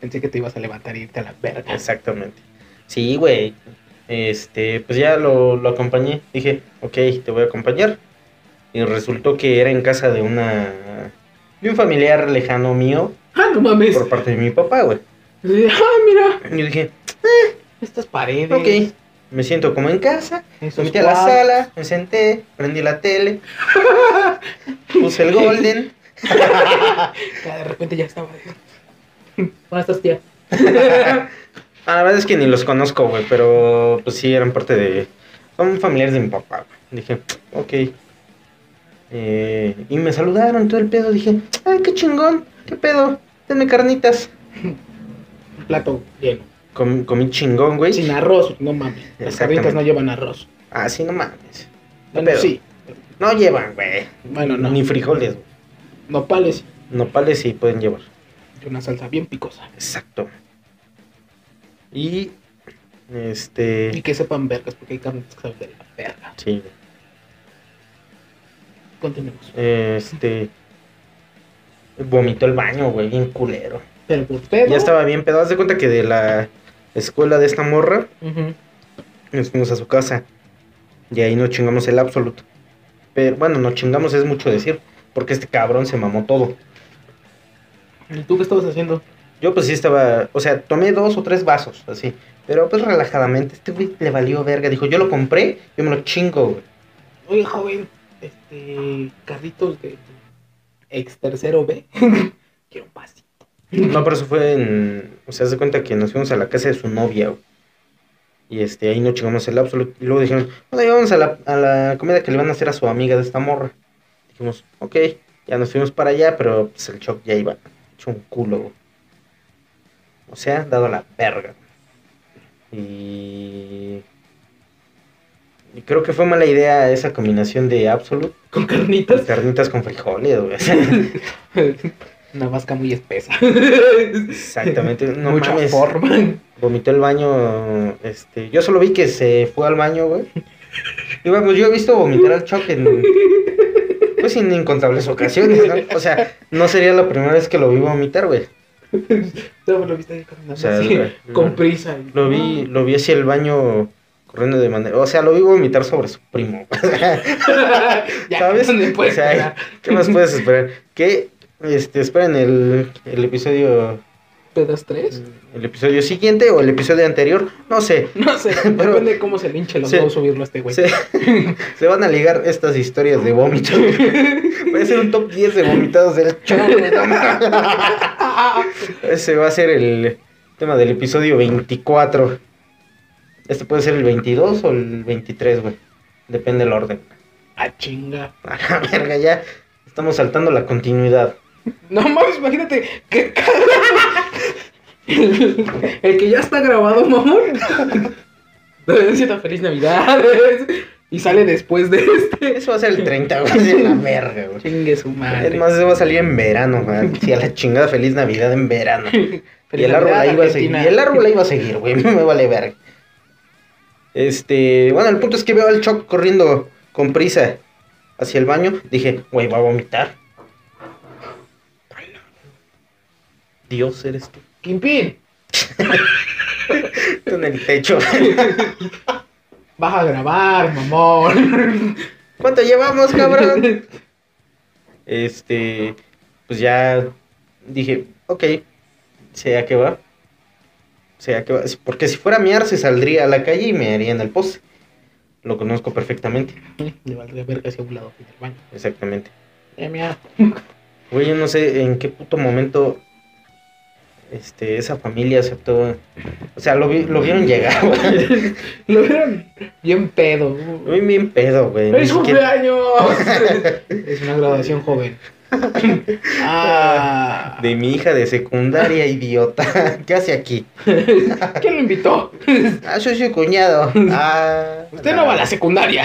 Speaker 3: Pensé que te ibas a levantar y irte a la verga.
Speaker 2: Exactamente. Sí, güey. Este, pues ya lo, lo acompañé. Dije, ok, te voy a acompañar. Y resultó que era en casa de una. de un familiar lejano mío.
Speaker 3: Ah, no mames.
Speaker 2: por parte de mi papá, güey.
Speaker 3: Ah, mira.
Speaker 2: Yo dije,
Speaker 3: Estas paredes.
Speaker 2: ok, me siento como en casa.
Speaker 3: esos
Speaker 2: Me metí a la
Speaker 3: cuadros.
Speaker 2: sala, me senté, prendí la tele, (laughs) puse
Speaker 3: (laughs)
Speaker 2: el Golden.
Speaker 3: Ya, de repente ya estaba. (laughs) Buenas estás, tía.
Speaker 2: Ah, la verdad es que ni los conozco, güey, pero pues sí, eran parte de... Son familiares de mi papá, güey. Dije, ok. Eh, y me saludaron todo el pedo. Dije, ay, qué chingón, qué pedo, denme carnitas.
Speaker 3: Plato lleno.
Speaker 2: Com- comí chingón, güey.
Speaker 3: Sin arroz, no mames. Las
Speaker 2: Exactamente.
Speaker 3: carritas no llevan arroz.
Speaker 2: Ah, sí, no mames.
Speaker 3: Bueno,
Speaker 2: Pero-
Speaker 3: sí.
Speaker 2: No llevan, güey.
Speaker 3: Bueno, no.
Speaker 2: Ni frijoles, güey.
Speaker 3: Nopales
Speaker 2: Nopales sí pueden llevar.
Speaker 3: y una salsa bien picosa.
Speaker 2: Exacto. Y.
Speaker 3: Y
Speaker 2: Este.
Speaker 3: que sepan vergas, porque hay carnes que saben de la verga.
Speaker 2: Sí. güey.
Speaker 3: Continuemos.
Speaker 2: Este. Vomitó el baño, güey, bien culero.
Speaker 3: Pero por pedo.
Speaker 2: Ya estaba bien pedo. Haz de cuenta que de la escuela de esta morra
Speaker 3: Ujú.
Speaker 2: nos fuimos a su casa. Y ahí nos chingamos el absoluto. Pero bueno, nos chingamos es mucho decir. Porque este cabrón se mamó todo.
Speaker 3: ¿Y tú qué estabas haciendo?
Speaker 2: Yo pues sí estaba, o sea, tomé dos o tres vasos, así. Pero pues relajadamente, este güey le valió verga. Dijo, yo lo compré, yo me lo chingo, güey.
Speaker 3: Oye, joven, este. Carritos de. Ex tercero B. (laughs) Quiero un pasito.
Speaker 2: No, pero eso fue en. O sea, se cuenta que nos fuimos a la casa de su novia, güey. Y este, ahí no chingamos el absoluto. Y luego dijeron, bueno, ya vamos a la, a la comida que le van a hacer a su amiga de esta morra. Dijimos, ok, ya nos fuimos para allá, pero pues el shock ya iba hecho un culo, güey. O sea, dado a la verga. Y. Y creo que fue mala idea esa combinación de absoluto
Speaker 3: Con
Speaker 2: y
Speaker 3: carnitas.
Speaker 2: (laughs) carnitas con frijoles, güey. (laughs)
Speaker 3: Una vasca muy espesa.
Speaker 2: Exactamente. No
Speaker 3: Mucha
Speaker 2: mames.
Speaker 3: forma.
Speaker 2: vomitó el baño, este, yo solo vi que se fue al baño, güey. Y vamos, yo he visto vomitar al Choc en, pues en incontables ocasiones, ¿no? O sea, no sería la primera vez que lo vi vomitar, güey.
Speaker 3: No, lo viste ahí caminando
Speaker 2: O sea,
Speaker 3: así,
Speaker 2: güey,
Speaker 3: con
Speaker 2: no.
Speaker 3: prisa.
Speaker 2: Lo vi, lo vi hacia el baño corriendo de manera, o sea, lo vi vomitar sobre su primo.
Speaker 3: (laughs)
Speaker 2: (laughs)
Speaker 3: ya,
Speaker 2: ¿Sabes?
Speaker 3: ¿dónde puedes
Speaker 2: O sea,
Speaker 3: parar?
Speaker 2: ¿Qué más puedes esperar? Que, este, esperen el, el episodio,
Speaker 3: ¿Pedas tres?
Speaker 2: el episodio siguiente o el episodio anterior, no sé.
Speaker 3: No sé,
Speaker 2: (laughs) Pero-
Speaker 3: depende de cómo se le hinche los
Speaker 2: Sí.
Speaker 3: huevos subirlo a este güey.
Speaker 2: Se, (laughs) se van a ligar estas historias de
Speaker 3: (laughs)
Speaker 2: vómito. (laughs) Pues, Va a ser un top 10 de vomitados del chavo. no
Speaker 3: (laughs)
Speaker 2: mames.
Speaker 3: Ah,
Speaker 2: Ese va a ser el tema del episodio 24. Este puede ser el 22 o el 23, güey. Depende del orden. (laughs)
Speaker 3: Ah, chinga.
Speaker 2: A la verga, ya estamos saltando la continuidad.
Speaker 3: No mames, imagínate que (laughs) (laughs) el, el que ya está grabado, mamón. Siento feliz Navidad. Y sale después de este.
Speaker 2: Eso va a ser el 30, güey. De la verga, güey.
Speaker 3: Chingue su madre.
Speaker 2: Es más, eso va a salir en verano, güey. Sí, a la chingada feliz Navidad en verano. Y
Speaker 3: Feliz
Speaker 2: el árbol
Speaker 3: Navidad,
Speaker 2: ahí va a seguir.
Speaker 3: Argentina.
Speaker 2: Y el árbol ahí va a seguir, güey. (laughs) Me vale verga. Este, bueno, el punto es que veo al Choc corriendo con prisa hacia el baño. Dije, güey, va a vomitar. Dios eres tú. (laughs)
Speaker 3: Kimpin,
Speaker 2: En el techo.
Speaker 3: vas a grabar, mamón.
Speaker 2: ¿Cuánto llevamos, cabrón? Este, pues ya dije, ok, sea que va. Sea que va. Porque si fuera a mear, se saldría a la calle y me haría en el poste. Lo conozco perfectamente,
Speaker 3: Le valdría verga hacia un lado del baño.
Speaker 2: exactamente.
Speaker 3: Eh, mira.
Speaker 2: Güey, yo no sé en qué puto momento este, esa familia aceptó. O sea, lo, vi- lo vieron llegar,
Speaker 3: (laughs)
Speaker 2: güey.
Speaker 3: Lo vieron bien pedo.
Speaker 2: Lo vi bien pedo, güey. ni
Speaker 3: ¡Es
Speaker 2: siquiera-
Speaker 3: cumpleaños!
Speaker 2: (laughs)
Speaker 3: es una graduación joven. Ah.
Speaker 2: De mi hija de secundaria, idiota. (laughs) ¿Qué hace aquí?
Speaker 3: ¿Quién lo invitó?
Speaker 2: Ah, soy su cuñado. Ah,
Speaker 3: Usted no va a la secundaria.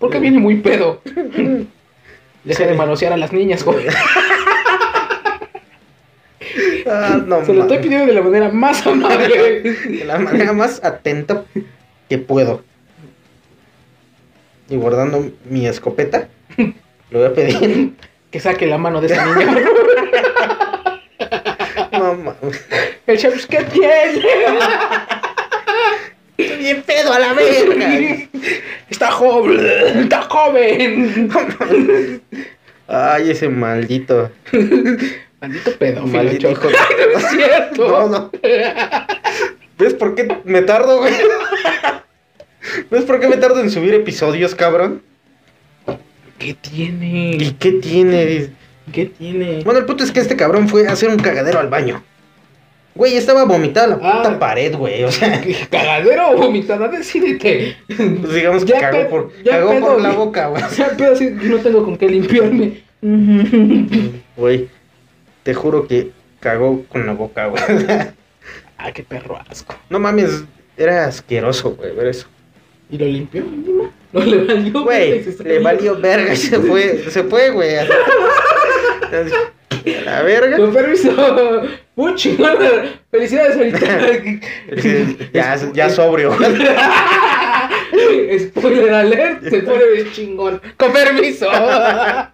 Speaker 3: Porque viene muy pedo. Deja de manosear a las
Speaker 2: (laughs)
Speaker 3: niñas, joven.
Speaker 2: Ah, no,
Speaker 3: Se lo estoy
Speaker 2: mames.
Speaker 3: pidiendo de la manera más
Speaker 2: (laughs)
Speaker 3: amable.
Speaker 2: De la manera más atenta que puedo. Y guardando mi
Speaker 3: (laughs)
Speaker 2: escopeta, lo voy a pedir.
Speaker 3: Que saque la mano de esa niña. (laughs)
Speaker 2: No mames.
Speaker 3: El chef, ¿qué tiene?
Speaker 2: Estoy bien pedo a la
Speaker 3: (laughs)
Speaker 2: verga.
Speaker 3: Está joven. Está joven.
Speaker 2: Ay, ese maldito.
Speaker 3: Maldito pedo,
Speaker 2: Maldito hijo
Speaker 3: maldito.
Speaker 2: de-
Speaker 3: No es cierto.
Speaker 2: No,
Speaker 3: (laughs)
Speaker 2: no. ¿Ves por qué me tardo, güey? (laughs) ¿Ves por qué me tardo en subir episodios, cabrón?
Speaker 3: ¿Qué
Speaker 2: ¿Y
Speaker 3: tiene?
Speaker 2: qué tiene? Dice.
Speaker 3: ¿Qué tiene?
Speaker 2: Bueno, el punto es que este cabrón fue a hacer un cagadero al baño. Güey, estaba vomitada la
Speaker 3: Ah.
Speaker 2: puta pared, güey. O sea, (laughs)
Speaker 3: ¿Cagadero o vomitada? Decídete.
Speaker 2: pues digamos que
Speaker 3: Ya
Speaker 2: cagó
Speaker 3: pe-
Speaker 2: por,
Speaker 3: ya
Speaker 2: cagó por
Speaker 3: pedo,
Speaker 2: la
Speaker 3: güey.
Speaker 2: boca, güey.
Speaker 3: O sea, (laughs) pero si no tengo con qué limpiarme.
Speaker 2: Güey, (laughs) te juro que cagó con la boca, güey. (laughs)
Speaker 3: Ah, qué perro asco.
Speaker 2: No mames, era asqueroso, güey, ver eso.
Speaker 3: ¿Y lo limpió? No le valió.
Speaker 2: Güey,
Speaker 3: se salió.
Speaker 2: le valió verga y se fue, se fue, güey. Así. A La verga.
Speaker 3: Con permiso. Muy chingón. Felicidades
Speaker 2: (laughs)
Speaker 3: ahorita.
Speaker 2: Ya, ya sobrio. güey.
Speaker 3: (laughs) Spoiler alert, se pone bien chingón. Con permiso.
Speaker 2: (laughs) Al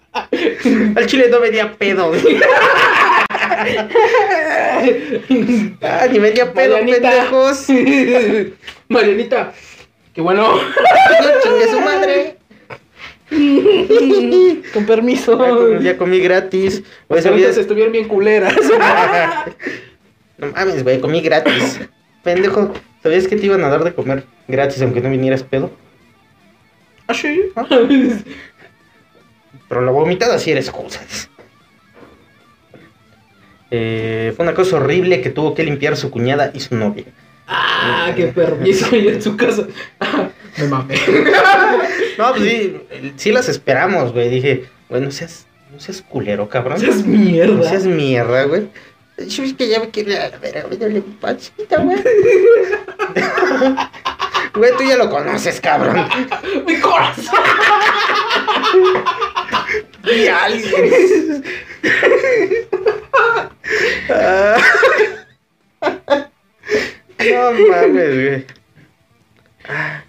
Speaker 2: chile no venía pedo. güey. Ah, ni venía pedo,
Speaker 3: Marianita.
Speaker 2: pendejos.
Speaker 3: (laughs) Marianita, qué bueno.
Speaker 2: Chingue su madre.
Speaker 3: (laughs) Con permiso.
Speaker 2: Ya comí, ya comí gratis. Güey,
Speaker 3: Las
Speaker 2: ese video-
Speaker 3: ahorita estuvieron
Speaker 2: (laughs)
Speaker 3: bien culeras.
Speaker 2: Ah, No mames, güey, comí gratis. Pendejo, ¿sabías que te iban a dar de comer gratis aunque no vinieras pedo?
Speaker 3: ¿Ah, sí?
Speaker 2: Pero la vomitada sí eres cosas. (laughs) Eh, fue una cosa horrible que tuvo que limpiar su cuñada y su novia.
Speaker 3: Ah, qué permiso. Y en su casa. Ah, Me
Speaker 2: (laughs)
Speaker 3: mamé.
Speaker 2: No, pues sí, sí las esperamos, güey. Dije, güey, no seas, no seas culero, cabrón.
Speaker 3: Esa es
Speaker 2: No
Speaker 3: mierda.
Speaker 2: seas mierda, güey. Yo es que ya me quería a ver, a ver, dale un pachita, güey. (laughs) Güey, tú ya lo conoces, cabrón. (laughs)
Speaker 3: Mi corazón. (laughs)
Speaker 2: Y (laughs) alguien. Ah. (laughs) no mames, güey. Ah.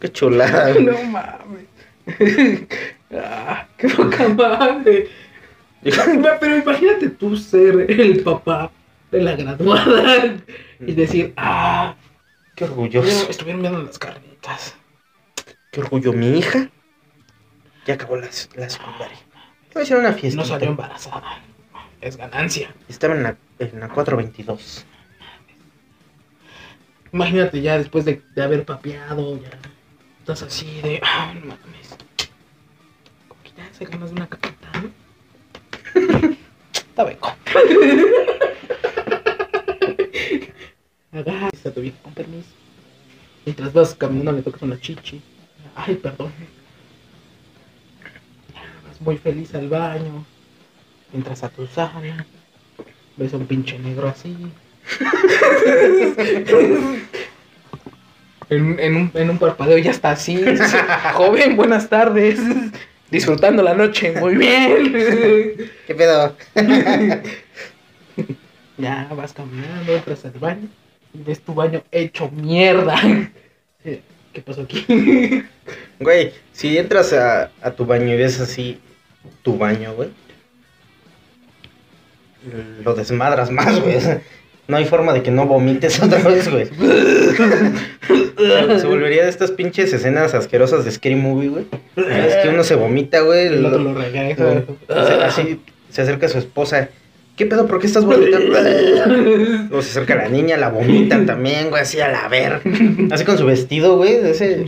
Speaker 2: Qué chulada. güey.
Speaker 3: No mames. (laughs) Ah, qué poca madre. Ma, Pero imagínate tú ser el papá de la graduada y decir, ah,
Speaker 2: Qué
Speaker 3: estuvieron-
Speaker 2: orgulloso.
Speaker 3: estuvieron viendo las carnitas.
Speaker 2: Qué orgullo. Mi hija ya acabó la, la secundaria. Voy a hacer una fiesta.
Speaker 3: No salió embarazada. Es ganancia.
Speaker 2: Estaba en la, en la 422.
Speaker 3: Imagínate ya después de, de haber papeado, ya estás así de, ah, no mames. Como que ya se ganas de una capita, ¿no? Está beco. Agarra, está tu vieja, con permiso. Mientras vas caminando le tocas una chichi. Ay, perdón. Vas muy feliz al baño. Entras a tu sala. Ves a un pinche negro así. en, un- en un, en un parpadeo ya está así. dice, Joven, buenas tardes. Disfrutando la noche, muy bien. (laughs)
Speaker 2: ¿Qué pedo?
Speaker 3: ya vas caminando, entras al baño y ves tu baño hecho mierda. Eh, ¿Qué pasó
Speaker 2: (laughs)
Speaker 3: aquí?
Speaker 2: Güey, si entras a, a tu baño y ves así tu baño, güey. Lo desmadras más, güey. O sea, No hay forma de que no vomites (laughs) otra vez, güey. Se volvería de estas pinches escenas asquerosas de Scream Movie, güey. Es que uno se vomita, güey.
Speaker 3: El otro
Speaker 2: lo-
Speaker 3: lo regresa.
Speaker 2: lo- se-
Speaker 3: (laughs)
Speaker 2: así se acerca a su esposa. ¿Qué pedo? ¿Por qué estás vomitando? O se acerca a la niña, la vomitan también, güey, así a la ver. Así con su vestido, güey, de ese.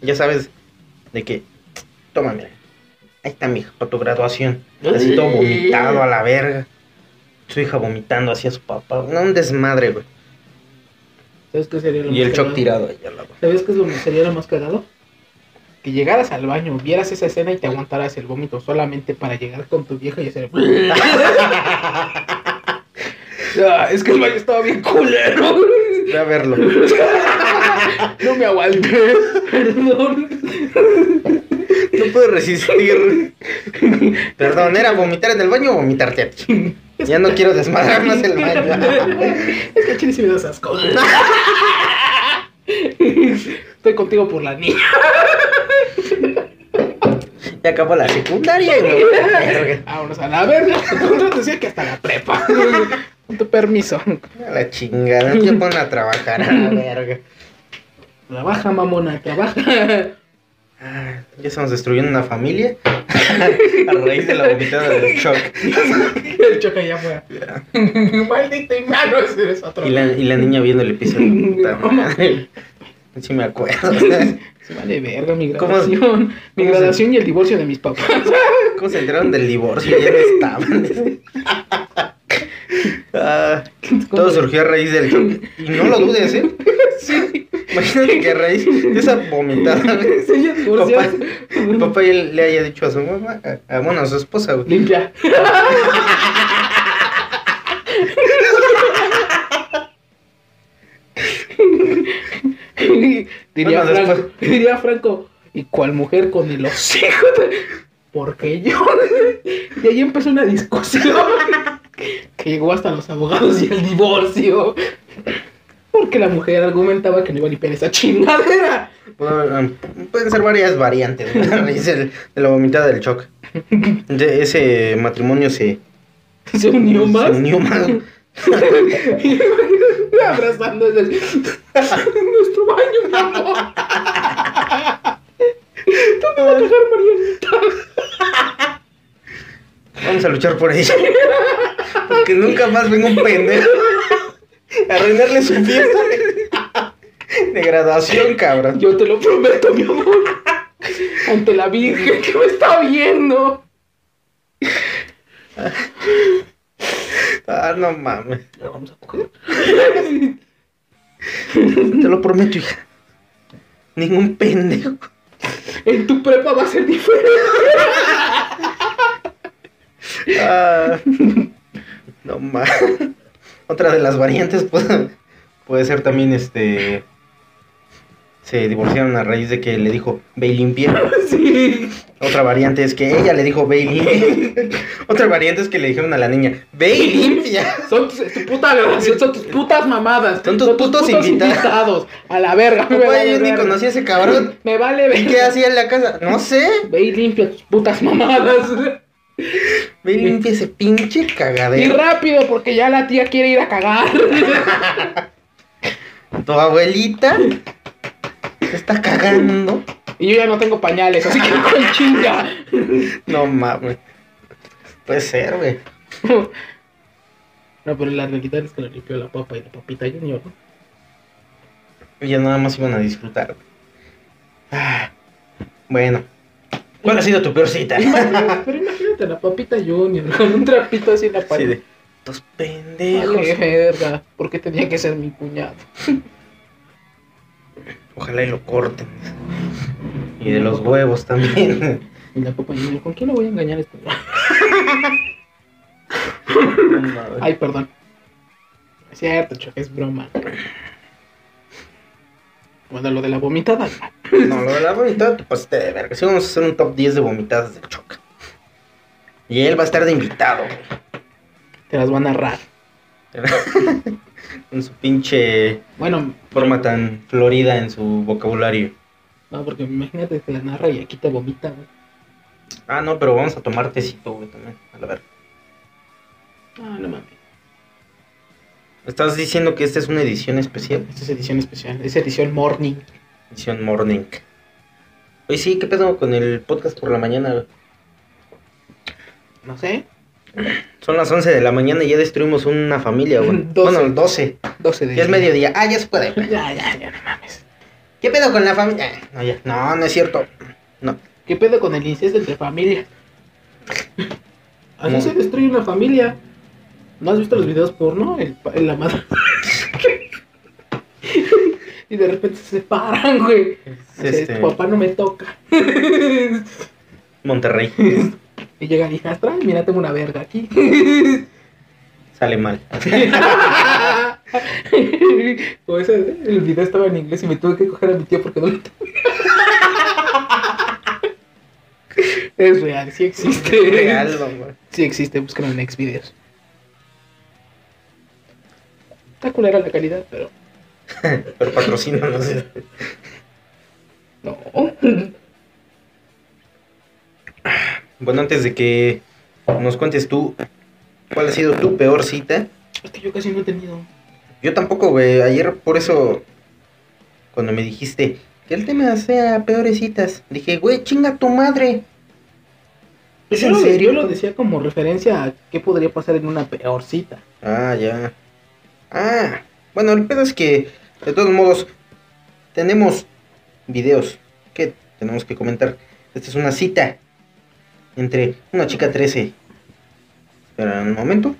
Speaker 2: Ya sabes, de que. Toma, mira. Ahí está mi hija, para tu graduación. Así todo vomitado a la verga. Su hija vomitando así a su papá. No, un desmadre, güey.
Speaker 3: ¿Sabes qué sería lo
Speaker 2: Y el
Speaker 3: más
Speaker 2: shock
Speaker 3: cagado?
Speaker 2: tirado ahí al lado.
Speaker 3: ¿Sabes qué es lo que sería lo más cagado? Que llegaras al baño, vieras esa escena y te aguantaras el vómito solamente para llegar con tu vieja y hacer. (laughs) Ah, es que el baño estaba bien culero.
Speaker 2: (laughs) Ve a verlo.
Speaker 3: No me aguanté. Perdón.
Speaker 2: No puedo resistir. (laughs) Perdón, era vomitar en el baño o vomitarte a ti. Ya no quiero desmadrar más el baño.
Speaker 3: (laughs) Es que al chile sí me das asco. Estoy contigo por la niña.
Speaker 2: Ya acabó la secundaria y me voy a la verga.
Speaker 3: Vámonos a la verga. Nosotros decía que hasta la
Speaker 2: (laughs)
Speaker 3: prepa. Con tu permiso.
Speaker 2: A la chingada, yo ponen a trabajar a la verga.
Speaker 3: Trabaja, mamona, trabaja.
Speaker 2: Ah, Ya estamos destruyendo una familia (laughs) a raíz de la vomitada del shock.
Speaker 3: (laughs) El choque ya fue. (laughs) Maldita y malo, ese eres otro.
Speaker 2: Y la, y la niña viendo el episodio. Puta madre. Sí me acuerdo.
Speaker 3: Se vale verga mi
Speaker 2: ¿Cómo-
Speaker 3: graduación. mi
Speaker 2: se-
Speaker 3: graduación y el divorcio de
Speaker 2: (laughs)
Speaker 3: mis papás.
Speaker 2: ¿Cómo se enteraron del divorcio? Ya no
Speaker 3: (laughs)
Speaker 2: estaban. Ah, todo surgió a raíz del shock. Y no lo dudes, ¿eh?
Speaker 3: Sí.
Speaker 2: Imagínate que a raíz de esa
Speaker 3: (laughs)
Speaker 2: vomitada, güey,
Speaker 3: Se ella divorció.
Speaker 2: Papá. el papá le haya dicho a su mamá, a- a- bueno, a su esposa, güey.
Speaker 3: Limpia. diría,
Speaker 2: Bueno,
Speaker 3: Franco,
Speaker 2: después-
Speaker 3: diría Franco, ¿y cuál mujer con el hocico? Porque yo. Y ahí empezó una discusión que llegó hasta los abogados y el divorcio. Porque la mujer argumentaba que no iba a limpiar esa chingadera.
Speaker 2: Bueno, um, pueden ser varias variantes ¿no? (laughs) a raíz del- de la vomitada del shock. De ese matrimonio se,
Speaker 3: Se unió más.
Speaker 2: se unió más.
Speaker 3: (laughs) abrazando en nuestro baño, mi amor. ¿Dónde va a cagar Marianita?
Speaker 2: Vamos a luchar por ella. Porque nunca más venga un pendejo a arruinarle su fiesta de, de graduación, cabrón.
Speaker 3: Yo te lo prometo, mi amor. Ante la Virgen que me está viendo.
Speaker 2: Ah, no mames.
Speaker 3: Ya vamos a coger.
Speaker 2: Te lo prometo, hija. Ningún pendejo.
Speaker 3: En tu prepa va a ser diferente.
Speaker 2: Ah, no más. Otra de las variantes puede, puede ser también este. Se divorciaron a raíz de que le dijo ve y limpia.
Speaker 3: Sí.
Speaker 2: Otra variante es que ella le dijo ve y (laughs) limpia. Otra variante es que le dijeron a la niña ve y limpia. (laughs)
Speaker 3: Son tus, es tu puta grabación, son tus putas mamadas.
Speaker 2: Son tus putos invitados.
Speaker 3: A la verga. me
Speaker 2: Papá,
Speaker 3: vale
Speaker 2: yo ni
Speaker 3: verga.
Speaker 2: conocí a ese cabrón.
Speaker 3: Me vale
Speaker 2: ¿Y
Speaker 3: verga.
Speaker 2: (laughs) qué hacía en la casa? No sé.
Speaker 3: Ve y limpia tus putas mamadas.
Speaker 2: Ve y limpia ese pinche
Speaker 3: Y
Speaker 2: cagadero.
Speaker 3: rápido, porque ya la tía quiere ir a cagar.
Speaker 2: Tu abuelita se está cagando.
Speaker 3: Y yo ya no tengo pañales, así que con chinga.
Speaker 2: No mames. Puede ser, güey.
Speaker 3: No, pero la realidad es que le limpió la papa y la papita junior, ¿no?
Speaker 2: Ya nada más iban a disfrutar. güey. Ah, bueno. ¿Cuál ha sido tu peor cita?
Speaker 3: Pero, pero imagínate la papita junior con un trapito así en la
Speaker 2: Así
Speaker 3: pared.
Speaker 2: de, Estos
Speaker 3: Vale,
Speaker 2: pendejos.
Speaker 3: verga, ¿por qué tenía que ser mi cuñado?
Speaker 2: Ojalá y lo corten. Y de los huevos también.
Speaker 3: Y la papa junior, ¿con quién lo voy a engañar este?
Speaker 2: No mames.
Speaker 3: Ay, perdón. Es cierto, choque, es broma. Bueno, lo de la vomitada.
Speaker 2: No, lo de la vomitada, pues te de verga. Sí, vamos a hacer un top 10 de vomitadas del Choc. Y él va a estar de invitado,
Speaker 3: Te las va a narrar.
Speaker 2: güey. (laughs) Con su pinche
Speaker 3: Bueno,
Speaker 2: forma tan florida en su vocabulario.
Speaker 3: no, porque imagínate que la narra y aquí te vomita, güey.
Speaker 2: Ah, no, pero vamos a tomar tecito, güey, también. A la verga.
Speaker 3: Ah, no mames.
Speaker 2: Estás diciendo que esta es una edición especial.
Speaker 3: Esta es edición especial. Es edición morning.
Speaker 2: Edición Morning. Oye, sí, ¿qué pedo con el podcast por la mañana? güey?
Speaker 3: No sé.
Speaker 2: Son las 11 de la mañana y ya destruimos una familia,
Speaker 3: (laughs)
Speaker 2: güey.
Speaker 3: 12.
Speaker 2: Bueno, el 12.
Speaker 3: 12 de
Speaker 2: Ya es
Speaker 3: (laughs)
Speaker 2: mediodía. Ah, ya se puede.
Speaker 3: Ya, ya, ya, no mames.
Speaker 2: ¿Qué pedo con la familia? Eh, No, ya. No, no es cierto. No.
Speaker 3: ¿Qué pedo con el incesto entre familia? Así
Speaker 2: No.
Speaker 3: se destruye una familia. ¿No has visto los videos porno? El, pa- la madre. (laughs) y de repente se separan, güey.
Speaker 2: Es
Speaker 3: Así,
Speaker 2: este,
Speaker 3: Tu papá no me toca. (laughs)
Speaker 2: Monterrey.
Speaker 3: y llega la hijastra y mira, tengo una verga aquí.
Speaker 2: Sale
Speaker 3: (laughs)
Speaker 2: mal.
Speaker 3: (laughs) Como ese, el video estaba en inglés y me tuve que coger a mi tío porque no lo tenía. (laughs) es real, sí existe.
Speaker 2: Real, mamá.
Speaker 3: (laughs) Sí existe, búscalo en Xvideos. Está culera la calidad, pero
Speaker 2: Pero patrocina, no sé.
Speaker 3: no.
Speaker 2: Bueno, antes de que nos cuentes tú cuál ha sido tu peor cita.
Speaker 3: (laughs) Es que yo casi no he tenido.
Speaker 2: Yo tampoco, güey. Ayer, por eso, cuando me dijiste que el tema sea peores citas, dije, güey, chinga tu madre. ¿Es
Speaker 3: Yo
Speaker 2: en
Speaker 3: lo-
Speaker 2: serio?
Speaker 3: Yo lo decía como referencia a qué podría pasar en una peor cita.
Speaker 2: Ah, ya. Ah, bueno, el pedo es que, de todos modos, tenemos videos que tenemos que comentar. Esta es una cita entre una chica 13. Espera un momento.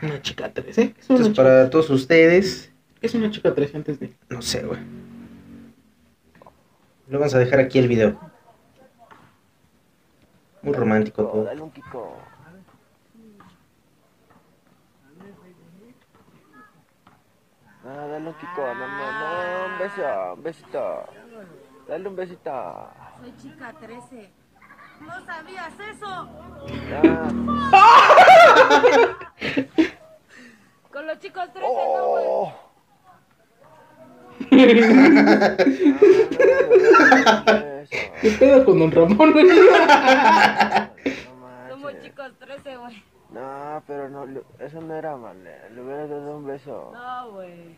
Speaker 3: Una chica 13, ¿eh? Es
Speaker 2: Esto
Speaker 3: una,
Speaker 2: es
Speaker 3: chica,
Speaker 2: para todos ustedes.
Speaker 3: es una chica 13 antes de.
Speaker 2: No sé, güey. Lo vamos a dejar aquí el video. Muy romántico todo.
Speaker 4: Dale un pico. No, dale un pico, no, no, no, un beso, un besito. Dale un besito.
Speaker 5: Soy chica 13. ¿No sabías eso?
Speaker 4: No.
Speaker 5: Con los chicos 13 no, güey.
Speaker 4: Oh.
Speaker 3: ¿Qué pedo con Don Ramón?
Speaker 5: Somos chicos 13, güey.
Speaker 4: No, pero no, lo- eso no era mal, eh, le hubieras dado un beso.
Speaker 5: No, güey.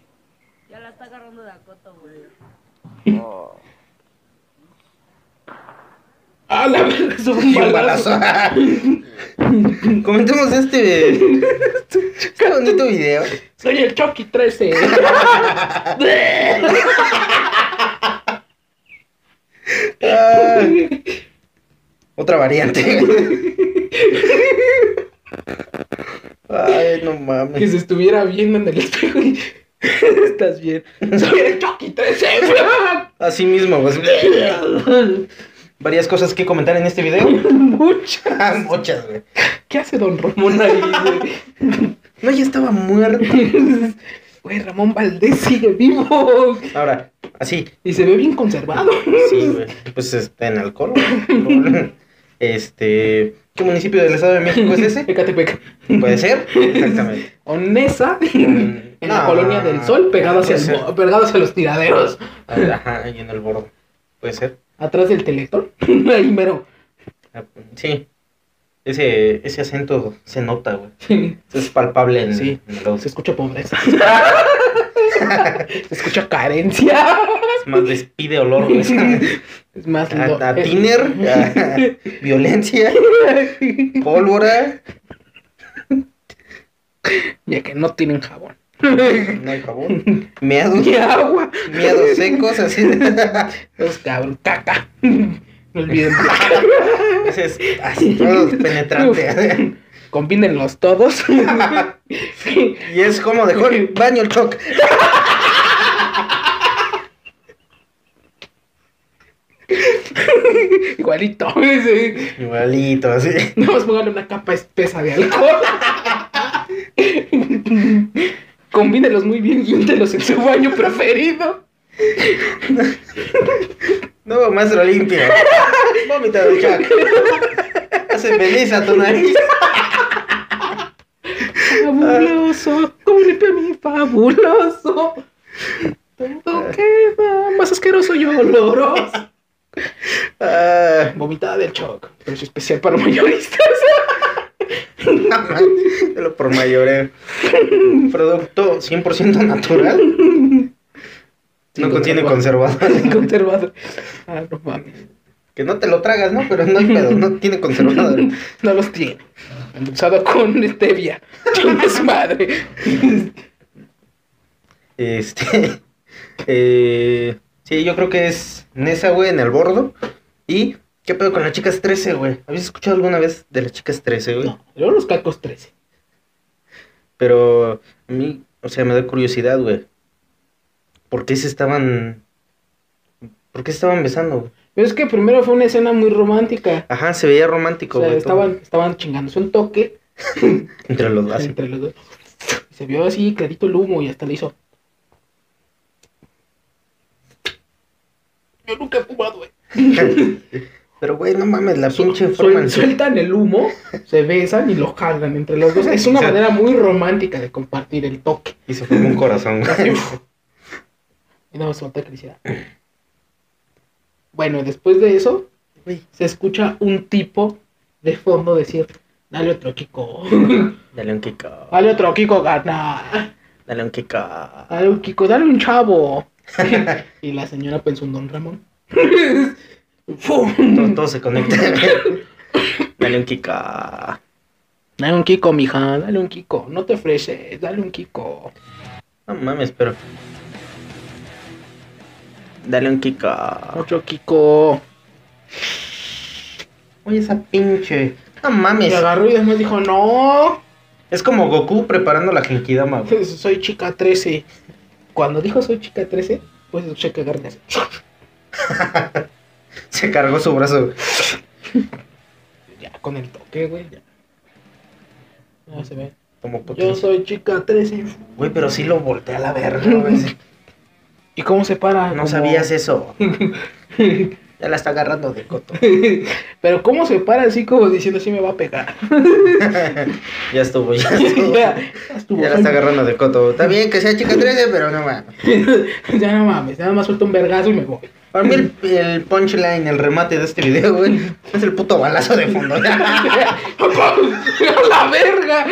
Speaker 5: Ya la está agarrando de acoto, güey.
Speaker 4: No.
Speaker 3: ah, la verga, es un
Speaker 2: Y un
Speaker 3: balazo.
Speaker 2: balazo. (laughs) Comentemos este, este bonito video.
Speaker 3: Soy el
Speaker 2: (laughs)
Speaker 3: Chucky 13.
Speaker 2: Ah,
Speaker 3: (laughs)
Speaker 2: otra variante. Ay, no
Speaker 3: que
Speaker 2: mames.
Speaker 3: se estuviera viendo en el espejo y. Estás bien. Soy el Chucky 13.
Speaker 2: Así mismo, pues. Varias cosas que comentar en este video.
Speaker 3: (laughs)
Speaker 2: Ah,
Speaker 3: Mucha.
Speaker 2: Muchas, güey.
Speaker 3: ¿Qué hace Don Ramón (laughs) ahí, güey?
Speaker 2: No, ya estaba muerto.
Speaker 3: Güey, Ramón Valdés sigue vivo.
Speaker 2: Ahora, así,
Speaker 3: Y se ve bien conservado.
Speaker 2: Sí, güey. Pues este, en alcohol. güey. este. ¿Qué municipio del Estado de México es Pues ese?
Speaker 3: Ecatepec.
Speaker 2: Puede ser. Exactamente.
Speaker 3: Onesa. En la
Speaker 2: No,
Speaker 3: Colonia del Sol, pegado hacia,
Speaker 2: puede
Speaker 3: el
Speaker 2: ser.
Speaker 3: bo- pegado hacia los tiraderos.
Speaker 2: Ajá, ahí en el borde. Puede ser.
Speaker 3: Atrás del telector. (laughs) Ahí mero.
Speaker 2: Ah, Sí. Ese, ese acento se nota, güey. Eso Es palpable en,
Speaker 3: Sí.
Speaker 2: en el audio.
Speaker 3: Se escucha pobreza. (laughs) Se escucha carencia.
Speaker 2: Es más despide olor,
Speaker 3: (laughs)
Speaker 2: güey.
Speaker 3: Es más
Speaker 2: A,
Speaker 3: lo-
Speaker 2: a tiner, a- violencia, pólvora.
Speaker 3: (laughs) Ya que no tienen jabón.
Speaker 2: No hay jabón. Meados,
Speaker 3: Ni agua.
Speaker 2: meados secos, así.
Speaker 3: Los cabrón, caca. No olviden.
Speaker 2: Ese es así, todo penetrante.
Speaker 3: (laughs) Combínenlos todos. (laughs)
Speaker 2: Y es como dejó el baño el choc.
Speaker 3: Igualito. (laughs) sí.
Speaker 2: Igualito, así.
Speaker 3: (laughs) Nada más póngale una capa espesa de alcohol. combínelos muy bien y úntelos en su baño preferido.
Speaker 2: No, maestro limpio. Vómita de Jack. Hace feliz a tu nariz.
Speaker 3: Fabuloso, como limpio mi fabuloso. Tanto queda más asqueroso y oloroso.
Speaker 2: Ah,
Speaker 3: Vomitada del shock, pero es especial para mayoristas.
Speaker 2: no manches, te lo por mayoreo. Producto 100% natural. No contiene conservadores.
Speaker 3: (laughs) Conservador. Ah, no mames.
Speaker 2: Que no te lo tragas, ¿no? Pero no hay pedo, no tiene
Speaker 3: (laughs)
Speaker 2: conservadores.
Speaker 3: No los tiene. Endulzado con stevia. Chingas madre.
Speaker 2: Este. eh, sí, yo creo que es Nesa, güey, en el bordo. Y. ¿Qué pedo con las chicas 13, güey? ¿Habías escuchado alguna vez de las chicas 13, güey?
Speaker 3: No, yo los cacos 13.
Speaker 2: Pero a mí, o sea, me da curiosidad, güey. ¿Por qué se estaban. ¿Por qué estaban besando? güey?
Speaker 3: Pero es que primero fue una escena muy romántica.
Speaker 2: Ajá, se veía
Speaker 3: O
Speaker 2: romántico,
Speaker 3: sea,
Speaker 2: güey. todo.
Speaker 3: estaban, estaban chingándose un toque
Speaker 2: Entre los dos. así.
Speaker 3: entre los dos. Y se vio así clarito el humo y hasta le hizo. Yo nunca he fumado, güey.
Speaker 2: Pero, güey, no mames, la pinche
Speaker 3: Suel-
Speaker 2: forma. en-
Speaker 3: sueltan el humo, se besan y lo jalan entre los dos. Es una
Speaker 2: O sea-
Speaker 3: manera muy romántica de compartir el toque.
Speaker 2: Y se formó un corazón,
Speaker 3: (laughs)
Speaker 2: güey.
Speaker 3: Y nada más falta que le hiciera. Bueno, después de eso,
Speaker 2: Güey.
Speaker 3: se escucha un tipo de fondo decir: Dale otro Kiko. (laughs)
Speaker 2: Dale un Kiko.
Speaker 3: Dale otro Kiko, gana.
Speaker 2: Dale un Kiko.
Speaker 3: Dale un Kiko, dale un chavo. (laughs) y la señora pensó en Don Ramón. ¡Fum!
Speaker 2: Todo, todo se conecta. (laughs) Dale un Kiko.
Speaker 3: Dale un Kiko, mija, dale un Kiko. No te ofreces, dale un Kiko.
Speaker 2: No mames, pero. Dale un Kiko.
Speaker 3: Otro Kiko.
Speaker 2: Oye, esa pinche. No
Speaker 3: Y
Speaker 2: mames.
Speaker 3: agarró y después dijo, no, pues,
Speaker 2: Es como Goku preparando la Genkidama, güey.
Speaker 3: soy chica 13. Cuando dijo soy chica 13, pues se cagaron así.
Speaker 2: Se cargó su brazo.
Speaker 3: Ya, con el toque, güey, ya. No se ve.
Speaker 2: Como
Speaker 3: Yo
Speaker 2: potencia.
Speaker 3: soy chica 13.
Speaker 2: Güey, pero sí lo volteé a la verga, (laughs) güey.
Speaker 3: ¿Y cómo se para?
Speaker 2: No
Speaker 3: Como- (laughs)
Speaker 2: sabías eso. Ya la está agarrando de coto. (laughs)
Speaker 3: Pero cómo se para así como diciendo, sí me va a
Speaker 2: (laughs)
Speaker 3: pegar. (laughs)
Speaker 2: ya estuvo, (laughs) ya estuvo.
Speaker 3: ya,
Speaker 2: ya
Speaker 3: estuvo.
Speaker 2: la está agarrando de coto. Está bien que sea chica 13, pero no mames.
Speaker 3: (laughs) ya no mames, nada más suelto un vergazo y me voy.
Speaker 2: Para mí el, el punchline, el remate de este video, güey, es el puto balazo de fondo. (laughs)
Speaker 3: (laughs) ¡A la verga!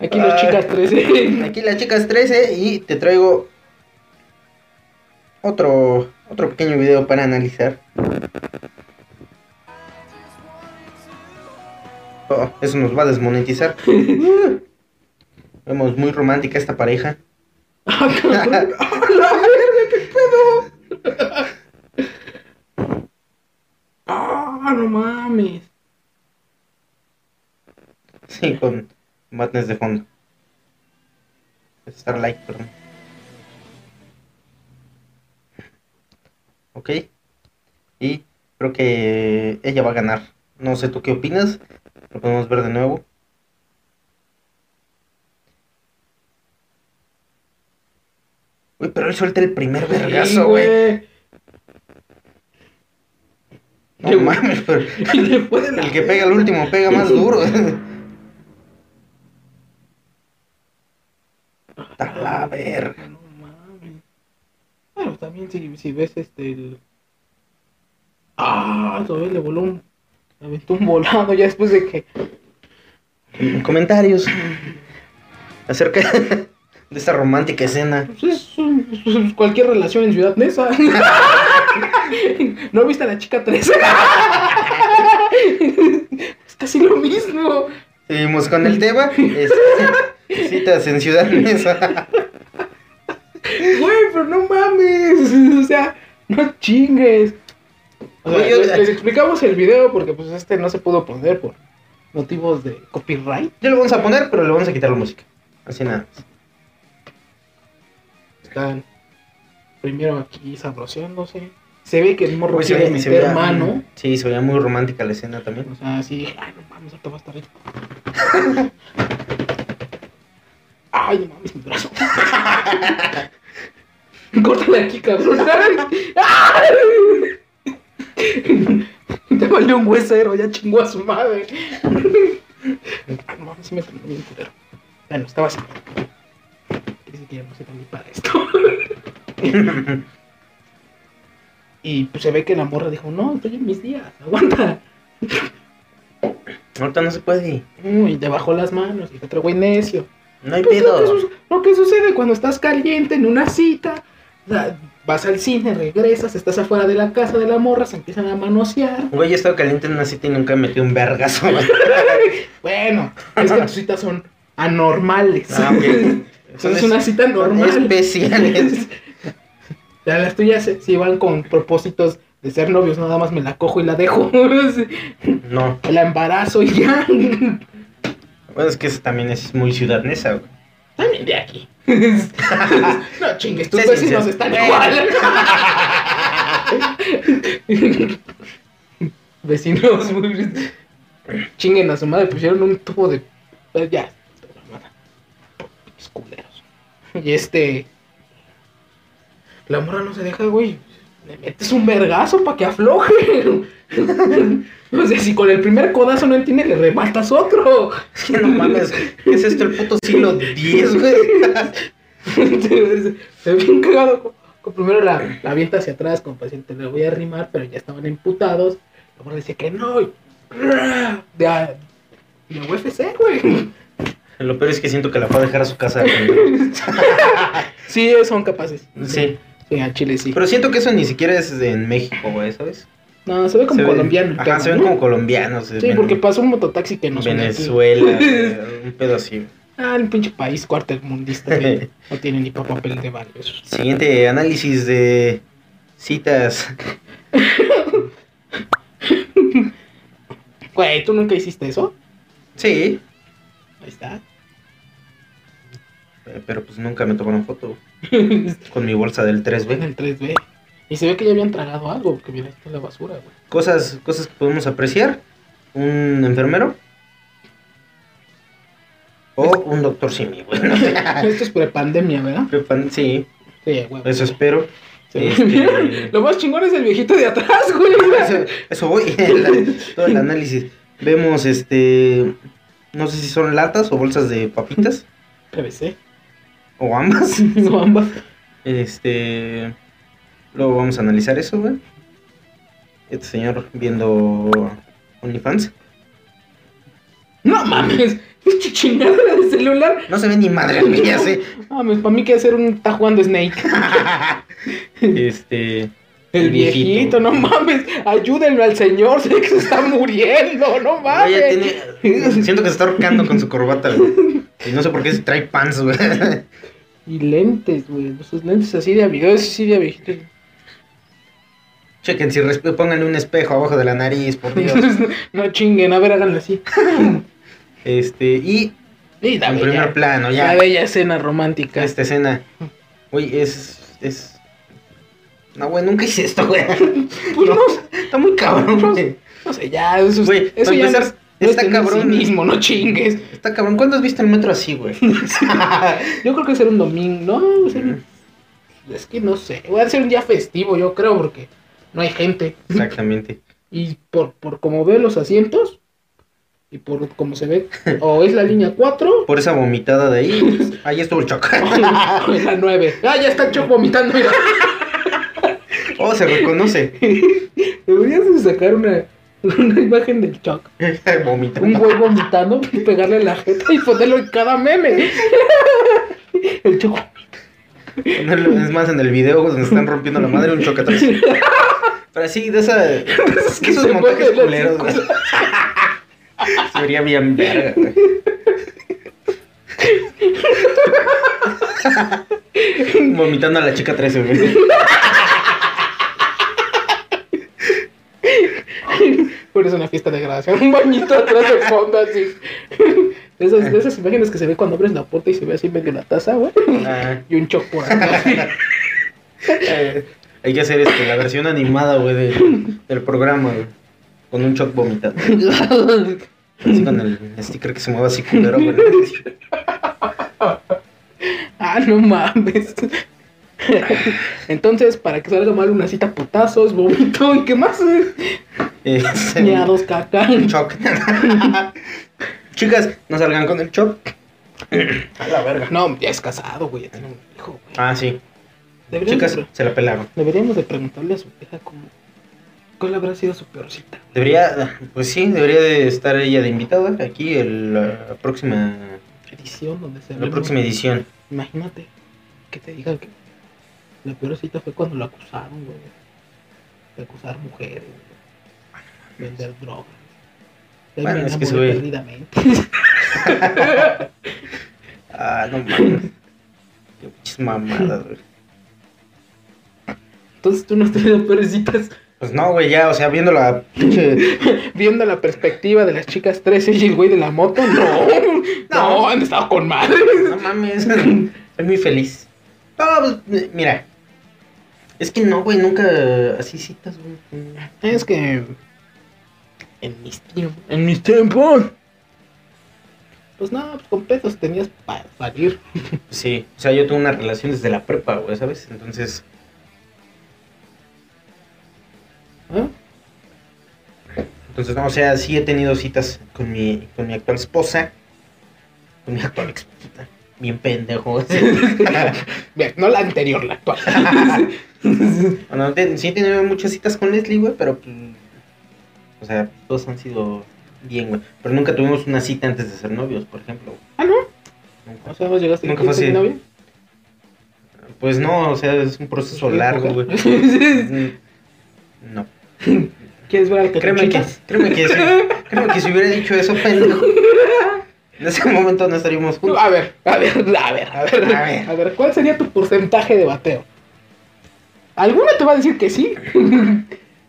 Speaker 3: Aquí los
Speaker 2: Ay.
Speaker 3: chicas
Speaker 2: (laughs)
Speaker 3: 13.
Speaker 2: Aquí la chica es 13 y te traigo otro, otro pequeño video para analizar. Oh, eso nos va a desmonetizar. Vemos muy romántica esta pareja.
Speaker 3: Ah, ¡A la verga! ¡Qué pedo! (laughs) ¡Ah, no mames!
Speaker 2: sí, con matnes de fondo. Starlight, perdón. Ok. Y creo que ella va a ganar. No sé tú qué opinas. Lo podemos ver de nuevo. Uy, pero él suelta el primer
Speaker 3: Sí,
Speaker 2: vergazo, güey.
Speaker 3: Qué
Speaker 2: No mames, pero
Speaker 3: Y después de la-
Speaker 2: el que pega el último pega más
Speaker 3: (laughs)
Speaker 2: duro. A la verga.
Speaker 3: No mames. Bueno, también si, si ves este el. ¡Ah! Todavía le voló un. Le aventó un volado ya después de que.
Speaker 2: comentarios acerca de esta romántica escena.
Speaker 3: Pues es un- es cualquier relación en Ciudad Nesa. (laughs) ¿No viste a la chica 13? (laughs) es casi lo mismo.
Speaker 2: Seguimos con el tema. este, citas en Ciudad Mesa.
Speaker 3: Güey, pero no mames. O sea, no chingues. O sea,
Speaker 2: Oye, yo-
Speaker 3: les, les explicamos el video porque pues este no se pudo poner por motivos de copyright.
Speaker 2: Ya lo vamos a poner, pero le vamos a quitar la música. Así nada. más.
Speaker 3: Están primero aquí sabroseándose. Se ve que el morro
Speaker 2: Pues se
Speaker 3: quiere
Speaker 2: ve- se
Speaker 3: meter
Speaker 2: veía-
Speaker 3: mano.
Speaker 2: Sí, se veía muy romántica la escena
Speaker 3: Ah,
Speaker 2: también.
Speaker 3: O sea, así dije, ay, no mames, ahorita va a estar rico. Ay, no mames, mi brazo. (laughs) Córtale aquí, cabrón. Ay. Te valió un huesero, ya chingó a su madre. Ay, Ah, no mames, sí me terminó bien culero. Bueno, estaba así. Dice que ya no se ni para esto. y pues se ve que la morra dijo, no, estoy en mis días, aguanta.
Speaker 2: Ahorita no se puede.
Speaker 3: Y te bajó las manos y te otro güey necio.
Speaker 2: No hay
Speaker 3: Pues lo, que
Speaker 2: pedo.
Speaker 3: su- lo que sucede cuando estás caliente en una cita, da- vas al cine, regresas, estás afuera de la casa de la morra, se empiezan a manosear.
Speaker 2: Güey, he estado caliente en una cita y nunca me metí un
Speaker 3: (laughs)
Speaker 2: vergazo. güey.
Speaker 3: Bueno, es que tus citas son anormales.
Speaker 2: Ah,
Speaker 3: (laughs)
Speaker 2: ok.
Speaker 3: Son es una cita normal. (laughs)
Speaker 2: Especiales.
Speaker 3: O sea, las tuyas se- si van con propósitos de ser novios, nada más me la cojo y la dejo. (laughs)
Speaker 2: No.
Speaker 3: la embarazo y ya.
Speaker 2: Bueno, es que eso también es muy ciudadanesa, güey.
Speaker 3: También de aquí. (laughs) no chingues, tus
Speaker 2: Sé
Speaker 3: vecinos
Speaker 2: sincero.
Speaker 3: están igual. (laughs) vecinos muy... Chinguen a su madre, pusieron un tubo de... pues ya. toda mamada. Pinches culeros. Y este... La morra no se deja, güey. Le metes un vergazo para que afloje. (laughs) o sea, si con el primer codazo no entiende, le rematas otro.
Speaker 2: Es que no mames. ¿Qué es esto el puto siglo X, güey?
Speaker 3: (laughs) Se ve bien cagado. co- co- Primero la, la avienta hacia atrás con paciente, le voy a arrimar, pero ya estaban emputados. La morra dice que no. y- (clears throat) De, a- de UFC, güey. (laughs)
Speaker 2: Lo peor es que siento que la fue a dejar a su casa. güey.
Speaker 3: Sí, son capaces.
Speaker 2: Sí.
Speaker 3: Sí, a Chile sí.
Speaker 2: Pero siento que eso ni siquiera es de- en México, güey, ¿sabes?
Speaker 3: no, se ve como
Speaker 2: Se ve-
Speaker 3: colombiano. el
Speaker 2: Ajá,
Speaker 3: tema,
Speaker 2: se ven
Speaker 3: ¿no?
Speaker 2: como colombianos. se
Speaker 3: Sí,
Speaker 2: ven-
Speaker 3: porque pasó un mototaxi que nos une aquí.
Speaker 2: Venezuela,
Speaker 3: (laughs)
Speaker 2: güey, un pedo así.
Speaker 3: Ah, el pinche país
Speaker 2: (laughs)
Speaker 3: cuartelmundista que no tiene ni pa' papel de baño. esos.
Speaker 2: Siguiente análisis de citas.
Speaker 3: Güey, ¿tú nunca hiciste eso?
Speaker 2: Sí,
Speaker 3: Ahí está.
Speaker 2: eh, pero pues nunca me tomaron
Speaker 3: (laughs)
Speaker 2: foto
Speaker 3: en
Speaker 2: con mi bolsa del 3B.
Speaker 3: el 3B. Y se ve que ya habían tragado algo, porque mira, esto es la basura, güey.
Speaker 2: Cosas, cosas que podemos apreciar. Un enfermero. O un doctor Simi, güey. ¿no?
Speaker 3: (laughs) Esto es prepandemia, ¿verdad?
Speaker 2: Prepan- Sí,
Speaker 3: Sí, güey.
Speaker 2: eso espero.
Speaker 3: Sí. (laughs)
Speaker 2: Este-
Speaker 3: Lo más chingón es el viejito de atrás,
Speaker 2: (laughs)
Speaker 3: güey.
Speaker 2: Eso, eso voy. (laughs) el- todo el análisis. Vemos este. No sé si son latas o bolsas de papitas.
Speaker 3: PVC.
Speaker 2: O ambas.
Speaker 3: (laughs) No, ambas.
Speaker 2: Este. Luego vamos a analizar eso, güey. Este señor viendo OnlyFans.
Speaker 3: No mames. Pinche chingadera de celular.
Speaker 2: No se ve ni madre güey, ya sé.
Speaker 3: Mames, para mí que hacer un. Está jugando Snake.
Speaker 2: Este.
Speaker 3: El viejito, no mames. Ayúdenlo al señor. (laughs) Sé que se está muriendo. No
Speaker 2: Güey, ya
Speaker 3: mames. (laughs)
Speaker 2: tiene- Siento que se está ahorcando con su corbata, güey. Y no sé por qué se trae pants, güey. (laughs)
Speaker 3: Y lentes, güey. Sus lentes así de avión. Así de viejito.
Speaker 2: Chequen, si resp- pónganle un espejo abajo de la nariz, por Dios.
Speaker 3: no chinguen. A ver, háganlo así.
Speaker 2: Este, y
Speaker 3: Y la
Speaker 2: en primer
Speaker 3: bella,
Speaker 2: plano,
Speaker 3: la
Speaker 2: ya. Este,
Speaker 3: bella escena romántica.
Speaker 2: Esta escena. Güey, es. es. No, güey, nunca hice esto, güey. (laughs)
Speaker 3: Pues no,
Speaker 2: Está muy cabrón, güey.
Speaker 3: no sé, ya. Eso,
Speaker 2: Güey,
Speaker 3: Pues, eso
Speaker 2: para
Speaker 3: ya no
Speaker 2: empezar,
Speaker 3: es- Este no
Speaker 2: está
Speaker 3: es
Speaker 2: cabrón.
Speaker 3: mismo, no chingues.
Speaker 2: Está cabrón. ¿Cuándo has visto el metro así, güey?
Speaker 3: (laughs) Yo creo que será un domingo, no, ser- es que no sé, voy a ser un día festivo, yo creo, porque no hay gente.
Speaker 2: Exactamente.
Speaker 3: Y por, por como veo los asientos, y por como se ve, o es la línea 4
Speaker 2: Por esa vomitada de ahí, ahí estuvo el choque.
Speaker 3: (laughs) o es la 9. Ah, ya está Choc vomitando, mira.
Speaker 2: (laughs) Oh, se reconoce. (laughs)
Speaker 3: Deberías de sacar una, una imagen del Choc.
Speaker 2: Vomita.
Speaker 3: Un güey vomitando, pegarle la jeta y ponerlo en cada meme. (laughs) El Choc
Speaker 2: Ponerlo- Es más, en el video donde están rompiendo la madre, un choque atrás. Pero sí, de esa.
Speaker 3: que
Speaker 2: esos
Speaker 3: se
Speaker 2: montajes
Speaker 3: mueve la
Speaker 2: culeros, güey. Se vería bien verga, güey. Vomitando a la chica 13, güey.
Speaker 3: Por eso una fiesta de grabación. Un bañito atrás de fondo así.
Speaker 2: (laughs)
Speaker 3: De esas, de esas imágenes que se ve cuando abres la puerta y se ve así medio la taza, güey.
Speaker 2: Ah,
Speaker 3: Y un choc por acá.
Speaker 2: (laughs) eh, hay que hacer este, la versión animada, güey, del, del programa, güey. Con un choc vomitando.
Speaker 3: (laughs)
Speaker 2: Así con el sticker que se mueve así culero, güey.
Speaker 3: Ah, no mames. Entonces, para que salga mal una cita, putazos, vómito y qué más.
Speaker 2: Es el
Speaker 3: Ñados, caca.
Speaker 2: choc. (laughs) Chicas, no salgan con el choc. A la verga.
Speaker 3: No, ya es casado, güey, ya tiene un hijo, güey.
Speaker 2: Ah, sí.
Speaker 3: Deberíamos,
Speaker 2: Chicas, se la pelaron.
Speaker 3: deberíamos de preguntarle a su vieja cómo, cuál habrá sido su peor cita.
Speaker 2: Debería, pues sí, debería de estar ella de invitada aquí el, la próxima,
Speaker 3: Edición donde se
Speaker 2: la
Speaker 3: hablemos.
Speaker 2: próxima edición.
Speaker 3: Imagínate que te digan que la peor cita fue cuando lo acusaron, güey. De acusar mujeres, güey. Vender drogas. De ahí
Speaker 2: Bueno,
Speaker 3: me
Speaker 2: es que ese
Speaker 3: enamoré
Speaker 2: güey-
Speaker 3: perdidamente.
Speaker 2: Ah, no mames. Qué pinches mamadas, güey.
Speaker 3: Entonces tú no has tenido peores citas
Speaker 2: Pues no, güey, ya, o sea, viendo la pinche.
Speaker 3: viendo la perspectiva de las chicas 13 y el güey de la moto. No, no, han estado con madre.
Speaker 2: No mames, (laughs) soy muy feliz. No, pues, eh, mira. Es que no, güey, nunca así citas, güey.
Speaker 3: Es que en mis tiempos, en mis tiempos, pues no, pues con pesos tenías para salir.
Speaker 2: Sí, o sea, yo tuve una relación desde la prepa, güey, ¿sabes? Entonces,
Speaker 3: ¿eh?
Speaker 2: entonces, no, o sea, sí he tenido citas con mi, con mi actual esposa. Con mi actual esposa. Bien pendejo. (laughs) sí.
Speaker 3: Bien, no la anterior, la actual.
Speaker 2: bueno, te- sí he tenido muchas citas con Leslie, güey, pero pues, o sea, todos han sido bien, güey. Pero nunca tuvimos una cita antes de ser novios, por ejemplo. güey.
Speaker 3: ah, no.
Speaker 2: Nunca.
Speaker 3: O sea, no llegaste
Speaker 2: Nunca fue así.
Speaker 3: novio.
Speaker 2: Pues no, o sea, es un proceso largo, güey. No.
Speaker 3: (laughs) ¿Quieres ver al que
Speaker 2: Créeme que, créeme, que si, créeme que si hubiera dicho eso, pendejo, en ese momento no estaríamos juntos.
Speaker 3: A ver, a ver, a ver, a ver, a ver. A ver, ¿cuál sería tu porcentaje de bateo? ¿Alguna te va a decir que sí? (laughs)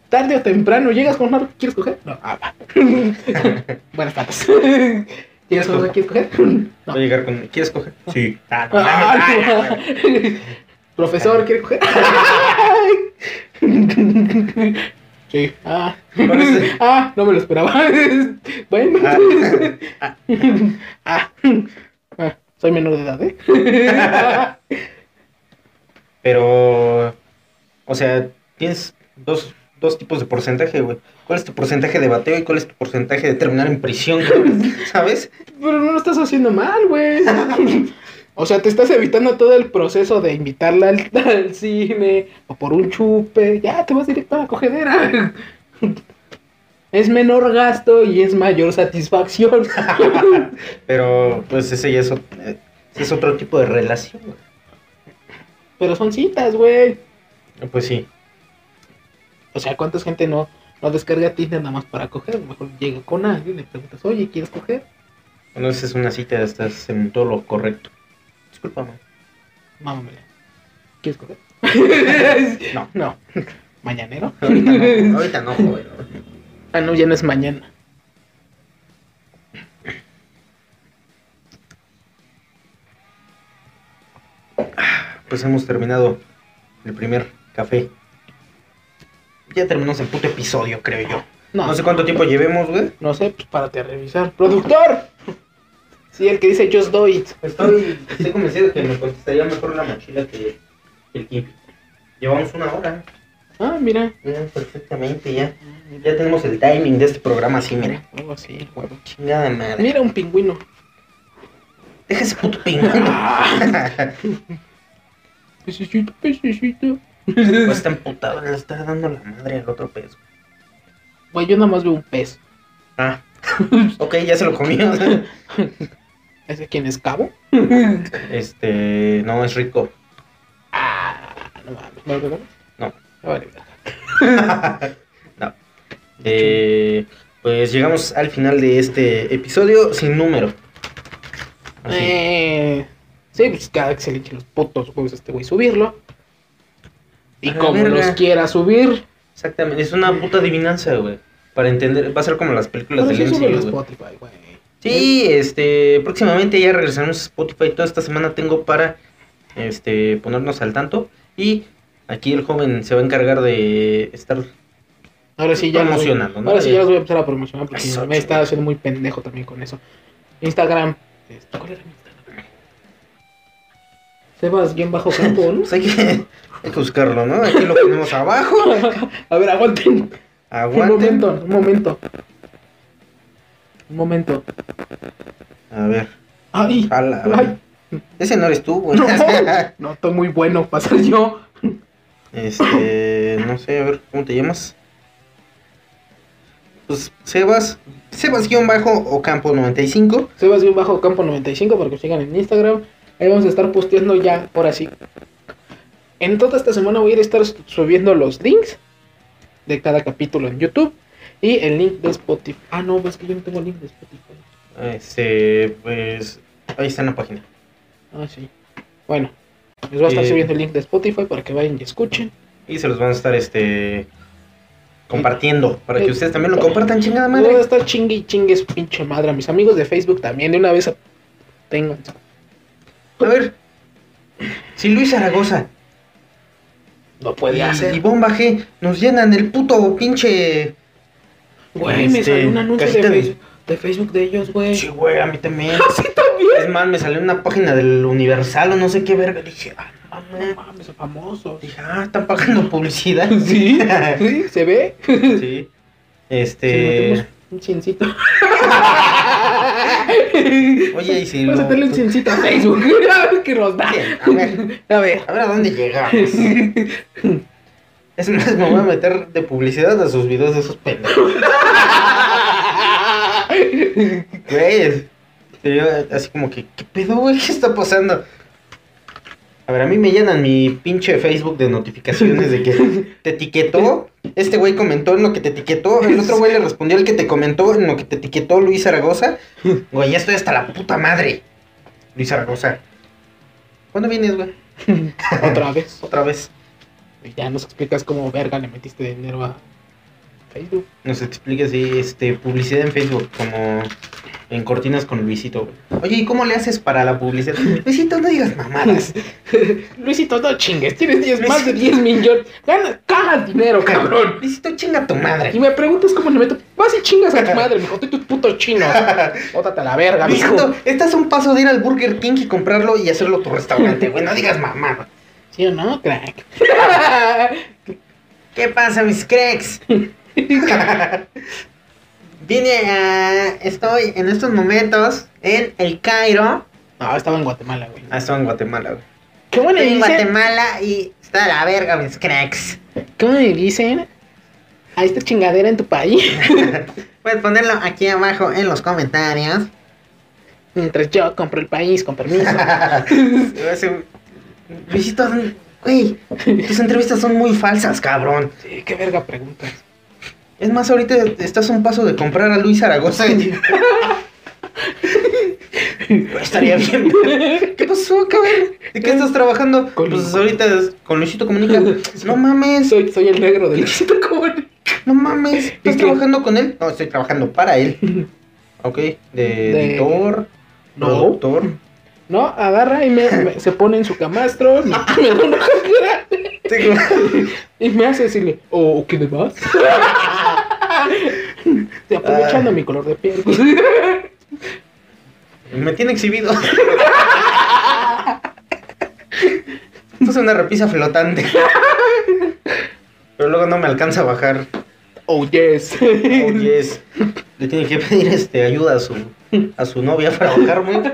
Speaker 3: Tarde o temprano, llegas con una... ¿Quieres coger? No, ah, va. (laughs)
Speaker 2: (laughs)
Speaker 3: Buenas tardes. ¿Quieres con una- ¿Quieres coger? No.
Speaker 2: Voy a llegar con. ¿Quieres coger? Sí. (laughs) Ah, no mames, ay, ay,
Speaker 3: Ah,
Speaker 2: ay.
Speaker 3: no. (laughs) Profesor, ¿quiere coger? (laughs) Sí. Ah.
Speaker 2: ¿Cuál es el-
Speaker 3: Ah, no me lo esperaba. (laughs) Bueno.
Speaker 2: Ah,
Speaker 3: (laughs) Ah. Ah, Soy menor de edad,
Speaker 2: (laughs)
Speaker 3: ¿eh?
Speaker 2: Pero. O sea, tienes dos, dos tipos de porcentaje, güey. ¿Cuál es tu porcentaje de bateo y cuál es tu porcentaje de terminar en prisión, güey? (laughs) ¿Sabes?
Speaker 3: Pero no lo estás haciendo mal, güey. (laughs) O sea, te estás evitando todo el proceso de invitarla al, (laughs) al cine o por un chupe. Ya, te vas directo a la cogedera. Es menor gasto y es mayor satisfacción. (laughs)
Speaker 2: Pero, pues, ese ya es, ot- eh, ese es otro tipo de relación, güey.
Speaker 3: Pero son citas, güey.
Speaker 2: Pues sí.
Speaker 3: O sea, ¿cuánta gente no, no descarga Tinder nada más para coger? A lo mejor llega con alguien y le preguntas, oye, ¿quieres coger?
Speaker 2: Bueno, esa es una cita, estás en todo lo correcto. Discúlpame.
Speaker 3: Mámamela. ¿Quieres coger? (laughs)
Speaker 2: No.
Speaker 3: No. (laughs) ¿Mañanero?
Speaker 2: (laughs) Ahorita no, ahorita no, joven.
Speaker 3: Ah, no, ya no es mañana.
Speaker 2: Pues hemos terminado el primer café. Ya terminamos el puto episodio, creo yo. No sé cuánto tiempo llevemos, güey.
Speaker 3: No sé, pues párate a revisar. ¡Productor! Sí, el que dice Just Do It.
Speaker 2: Estoy, estoy convencido que me contestaría mejor la mochila que el Kim. Llevamos una hora.
Speaker 3: Ah, mira.
Speaker 2: Mira, perfectamente, ya. Ya tenemos el timing de este programa así, mira.
Speaker 3: Algo así, Oh, el huevo.
Speaker 2: Chingada madre.
Speaker 3: Mira un pingüino.
Speaker 2: Deja ese puto (laughs) pingüino.
Speaker 3: Pececito, pececito.
Speaker 2: Pues está emputado, le está dando la madre al otro pez.
Speaker 3: Güey, yo nada más veo un pez.
Speaker 2: (laughs) Ah. Ok, ya se lo comió.
Speaker 3: ¿Ese quién es cabo?
Speaker 2: Este, no, es rico. (laughs)
Speaker 3: Ah, no mames. ¿Me lo regalas?
Speaker 2: No.
Speaker 3: Ah, Vale, vale.
Speaker 2: no. Eh, pues llegamos al final de este episodio sin número. Así.
Speaker 3: Eh, sí, pues cada que se le eche los putos huevos a este güey, subirlo. Y
Speaker 2: A la
Speaker 3: como
Speaker 2: Ah, verga.
Speaker 3: los quiera subir,
Speaker 2: Exactamente. Es una puta adivinanza, güey. Para entender, va a ser como las películas
Speaker 3: pero sí
Speaker 2: del
Speaker 3: sube
Speaker 2: MCU,
Speaker 3: los
Speaker 2: güey.
Speaker 3: Spotify, güey.
Speaker 2: Sí, este, próximamente ya regresaremos a Spotify. Toda esta semana tengo para, este, ponernos al tanto. Y aquí el joven se va a encargar de estar
Speaker 3: Ahora sí ya los voy-
Speaker 2: Promocionando, ¿no?
Speaker 3: Ahora sí ya
Speaker 2: Eh,
Speaker 3: los voy a empezar a promocionar porque
Speaker 2: eso,
Speaker 3: me está
Speaker 2: chido.
Speaker 3: haciendo muy pendejo también con eso. Instagram. este, ¿Cuál era mi Instagram? Sebas, bien bajo
Speaker 2: (laughs)
Speaker 3: campo, ¿no?
Speaker 2: Pues hay que, hay que buscarlo, ¿no? Aquí lo ponemos abajo.
Speaker 3: A ver, aguanten. (laughs) Un
Speaker 2: Aguanten.
Speaker 3: momento, un momento. Un momento.
Speaker 2: A ver.
Speaker 3: Ay,
Speaker 2: Jala, a ver.
Speaker 3: ay.
Speaker 2: Ese no eres tú, güey. (laughs)
Speaker 3: No, no, estoy muy bueno para ser yo.
Speaker 2: Este, (coughs) no sé, a ver, ¿cómo te llamas? Pues Sebas, Sebas guión bajo o campo 95.
Speaker 3: Sebas bien bajo campo 95 para que sigan en Instagram. Ahí vamos a estar posteando ya, por así. En toda esta semana voy a estar subiendo los links de cada capítulo en YouTube y el link de Spotify. Ah, no, es que yo no tengo link de Spotify.
Speaker 2: Este, pues ahí está en la página.
Speaker 3: Ah, sí. Bueno, les voy a estar
Speaker 2: Eh.
Speaker 3: subiendo el link de Spotify para que vayan y escuchen.
Speaker 2: Y se los van a estar este compartiendo para que
Speaker 3: Eh,
Speaker 2: ustedes también lo compartan, chingada
Speaker 3: Voy a
Speaker 2: Ah, madre.
Speaker 3: estar chingue y chingue su pinche madre. A mis amigos de Facebook también, de una vez a... tengan.
Speaker 2: A ver. Si Luis Zaragoza
Speaker 3: Lo
Speaker 2: y,
Speaker 3: puede
Speaker 2: y
Speaker 3: hacer.
Speaker 2: Bomba G nos llenan el puto pinche
Speaker 3: Güey, me
Speaker 2: este,
Speaker 3: salió un anuncio de
Speaker 2: cajita de-
Speaker 3: Facebook, de Facebook de ellos, güey.
Speaker 2: Sí, güey, a mí también.
Speaker 3: Así también.
Speaker 2: Es más, me salió una página del Universal o no sé qué verga. Dije, ah,
Speaker 3: Ah, no mames, famosos.
Speaker 2: dije, ah, están pagando publicidad.
Speaker 3: (laughs) Sí, sí, se ve.
Speaker 2: Sí. Este.
Speaker 3: Un ciencito.
Speaker 2: (laughs) Oye, y si
Speaker 3: Vamos a
Speaker 2: lo-
Speaker 3: darle un ciencito a Facebook. (laughs) A ver qué nos da.
Speaker 2: A ver.
Speaker 3: A (laughs) ver.
Speaker 2: a ver a dónde llegamos. (laughs) Es más, me voy a meter de publicidad a sus videos de esos pendejos. Güey. te digo, Así como que, ¿qué pedo, güey? ¿Qué está pasando? A ver, a mí me llenan mi pinche Facebook de notificaciones de que te etiquetó. Este güey comentó en lo que te etiquetó. El otro güey le respondió el que te comentó en lo que te etiquetó Luis Zaragoza. Güey, ya estoy hasta la puta madre. Luis Zaragoza. ¿Cuándo vienes, güey?
Speaker 3: Otra vez.
Speaker 2: Otra vez.
Speaker 3: Y Ya nos explicas cómo verga le metiste dinero a Facebook. (laughs)
Speaker 2: Nos explica así, este, publicidad en Facebook, como en cortinas con Luisito. güey. Oye, ¿y cómo le haces para la
Speaker 3: (laughs)
Speaker 2: publicidad? Luisito, no digas mamadas.
Speaker 3: Luisito, no chingues. Tienes 10, más de 10 millones. Gana, caga dinero, (laughs) cabrón.
Speaker 2: Luisito, chinga tu
Speaker 3: Y
Speaker 2: madre.
Speaker 3: me preguntas cómo le meto. Vas y chingas a tu madre, mijo. Tú y tus
Speaker 2: (laughs)
Speaker 3: putos chinos. Bótate a la verga, mijo.
Speaker 2: Luisito, estás a un paso de ir al Burger King y comprarlo y hacerlo tu restaurante, güey. No digas mamada.
Speaker 3: ¿Sí o no,
Speaker 2: (laughs)
Speaker 3: crack?
Speaker 2: ¿Qué pasa, mis
Speaker 3: (laughs)
Speaker 2: cracks? Vine a... Estoy en estos momentos en El Cairo.
Speaker 3: No, estaba en Guatemala, güey.
Speaker 2: Ah, estoy en Guatemala, güey.
Speaker 3: ¿Qué bueno
Speaker 2: Estoy en
Speaker 3: dicen?
Speaker 2: Guatemala y está a la verga, mis cracks.
Speaker 3: ¿Cómo me dicen a esta chingadera en tu
Speaker 2: (laughs)
Speaker 3: país?
Speaker 2: Puedes ponerlo aquí abajo en los
Speaker 3: (laughs)
Speaker 2: comentarios.
Speaker 3: Mientras yo compro el país,
Speaker 2: (laughs)
Speaker 3: con permiso.
Speaker 2: Luisito, güey, tus entrevistas son muy falsas, cabrón.
Speaker 3: Sí, qué verga preguntas.
Speaker 2: Es más, ahorita estás a un paso de comprar a Luis
Speaker 3: (laughs)
Speaker 2: Zaragoza.
Speaker 3: (laughs)
Speaker 2: Estaría bien. ¿Qué pasó, cabrón? ¿De qué estás trabajando?
Speaker 3: Con-
Speaker 2: pues ahorita es- con Luisito
Speaker 3: (laughs)
Speaker 2: Comunica. No mames,
Speaker 3: Soy, soy el
Speaker 2: (laughs)
Speaker 3: negro del Luisito Comunica.
Speaker 2: no mames. ¿Estás
Speaker 3: que-
Speaker 2: trabajando con él? No, estoy trabajando para
Speaker 3: (laughs)
Speaker 2: él. Ok, de,
Speaker 3: De-
Speaker 2: editor,
Speaker 3: No.
Speaker 2: productor.
Speaker 3: (laughs) No, agarra y me, me- se pone en su camastro, (laughs) me, me da una cojera y me hace decirle, oh, ¿qué
Speaker 2: (laughs)
Speaker 3: demás? Se aprovechando
Speaker 2: Ay.
Speaker 3: mi color de piel. pues. (laughs)
Speaker 2: Me tiene exhibido. Puse una repisa flotante. Pero luego no me alcanza a bajar.
Speaker 3: Oh, (laughs) yes.
Speaker 2: Oh, yes. Le tiene que pedir este, ayuda a su, a su novia para bajarme.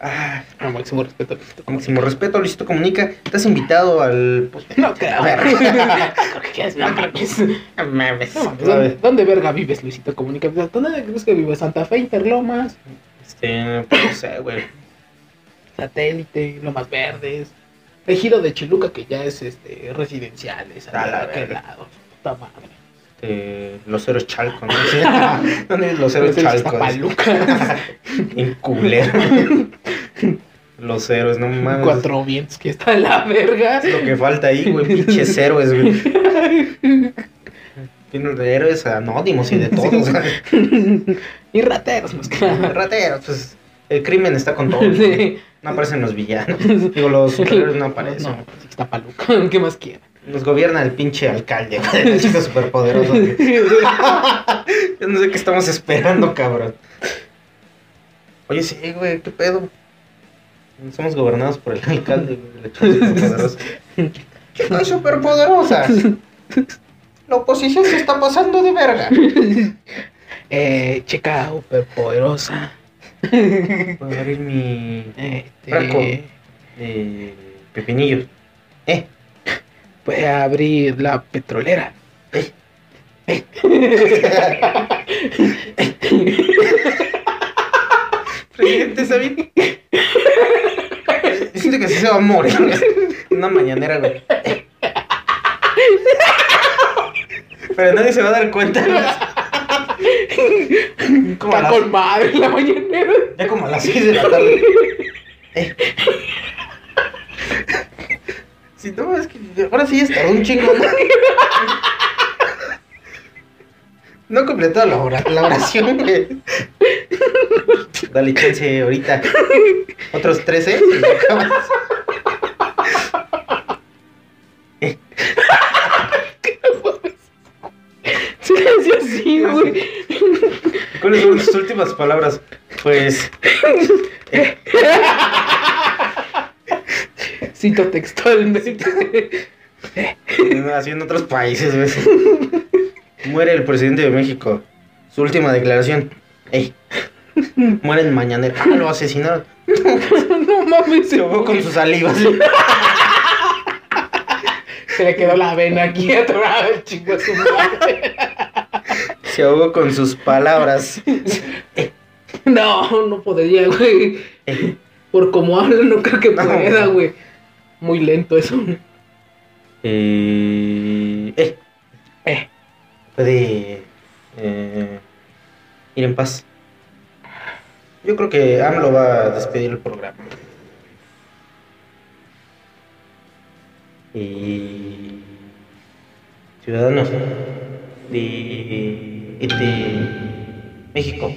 Speaker 2: Ah,
Speaker 3: No, máximo respeto. al Luisito Comunica.
Speaker 2: máximo respeto, Luisito Comunica. Estás invitado al. pues,
Speaker 3: No creo.
Speaker 2: A ver. (laughs)
Speaker 3: Creo que es, no mames.
Speaker 2: no mames.
Speaker 3: No pues, mames, ¿dónde, dónde verga vives, Luisito Comunica? ¿Dónde crees que vives? ¿Santa Fe, Interlomas?
Speaker 2: Este, pues, no sé, güey.
Speaker 3: Satélite, Lomas Verdes, Ejido de Chiluca, que ya es este residencial, es
Speaker 2: A la
Speaker 3: allá de aquel
Speaker 2: verga.
Speaker 3: lado, puta madre.
Speaker 2: Este, los ceros Chalco, ¿no? Sí. ¿Dónde es los ceros
Speaker 3: Entonces,
Speaker 2: Chalco?
Speaker 3: (laughs) Iztapaluca,
Speaker 2: En culero. Los héroes, no (laughs) mames.
Speaker 3: Cuatro Vientos, que está en la verga.
Speaker 2: Lo que falta ahí, güey, pinches héroes, güey. Tiene de héroes anónimos y de todos. güey.
Speaker 3: (laughs) y rateros, más que nada.
Speaker 2: Rateros, pues el crimen está con todos. güey.
Speaker 3: (laughs) Sí.
Speaker 2: No aparecen los villanos. Digo, los superhéroes no aparecen.
Speaker 3: No, pues, sí, Iztapaluca, (laughs) ¿qué más quiera?
Speaker 2: Nos gobierna el pinche alcalde, güey, el chico superpoderoso. güey.
Speaker 3: (laughs)
Speaker 2: Yo no sé qué estamos esperando, cabrón. Oye, sí, güey, qué pedo. Somos gobernados por el alcalde, güey, la chica (laughs) superpoderosa. Soy superpoderosa. La oposición se está pasando de verga.
Speaker 1: Eh, chica superpoderosa.
Speaker 2: Voy a abrir mi
Speaker 1: Este,
Speaker 2: Franco. eh, pepinillo. Eh,
Speaker 3: pues,
Speaker 1: puede abrir la petrolera.
Speaker 2: presidente, ¿sabes? (laughs) Siento que sí se va a morir. Una mañanera, güey. Pero nadie se va a dar cuenta. güey. Como a
Speaker 3: Está
Speaker 2: las-
Speaker 3: con madre la
Speaker 2: (laughs)
Speaker 3: mañanera.
Speaker 2: ya como a las 6 de la tarde. Eh. Si no, es que ahora sí estará un chingo. No he completado la, ora- la oración, güey. Dale chance ahorita. Otros 13. y lo acabas.
Speaker 3: Se le hacía así,
Speaker 2: Ah,
Speaker 3: güey.
Speaker 2: ¿Cuáles son tus últimas palabras? Pues.
Speaker 3: Cito textualmente.
Speaker 2: Así en otros países, güey. Muere el presidente de México. Su última declaración. Ey. Muere el mañanero. Ah, lo asesinaron.
Speaker 3: (laughs) No mames,
Speaker 2: Se
Speaker 3: se,
Speaker 2: ahogó con sus salivas.
Speaker 3: se le quedó la vena aquí (laughs) atorada el chingo a su madre. (laughs)
Speaker 2: Se ahogó con sus palabras.
Speaker 3: No, no podría, güey.
Speaker 2: Ey.
Speaker 3: Por como habla, no creo que
Speaker 2: No.
Speaker 3: pueda, güey. Muy lento eso.
Speaker 2: Eh, ey.
Speaker 3: Eh.
Speaker 2: Puede. eh, ir en paz. Yo creo que AMLO va a despedir el programa. Y. Ciudadanos de, de México.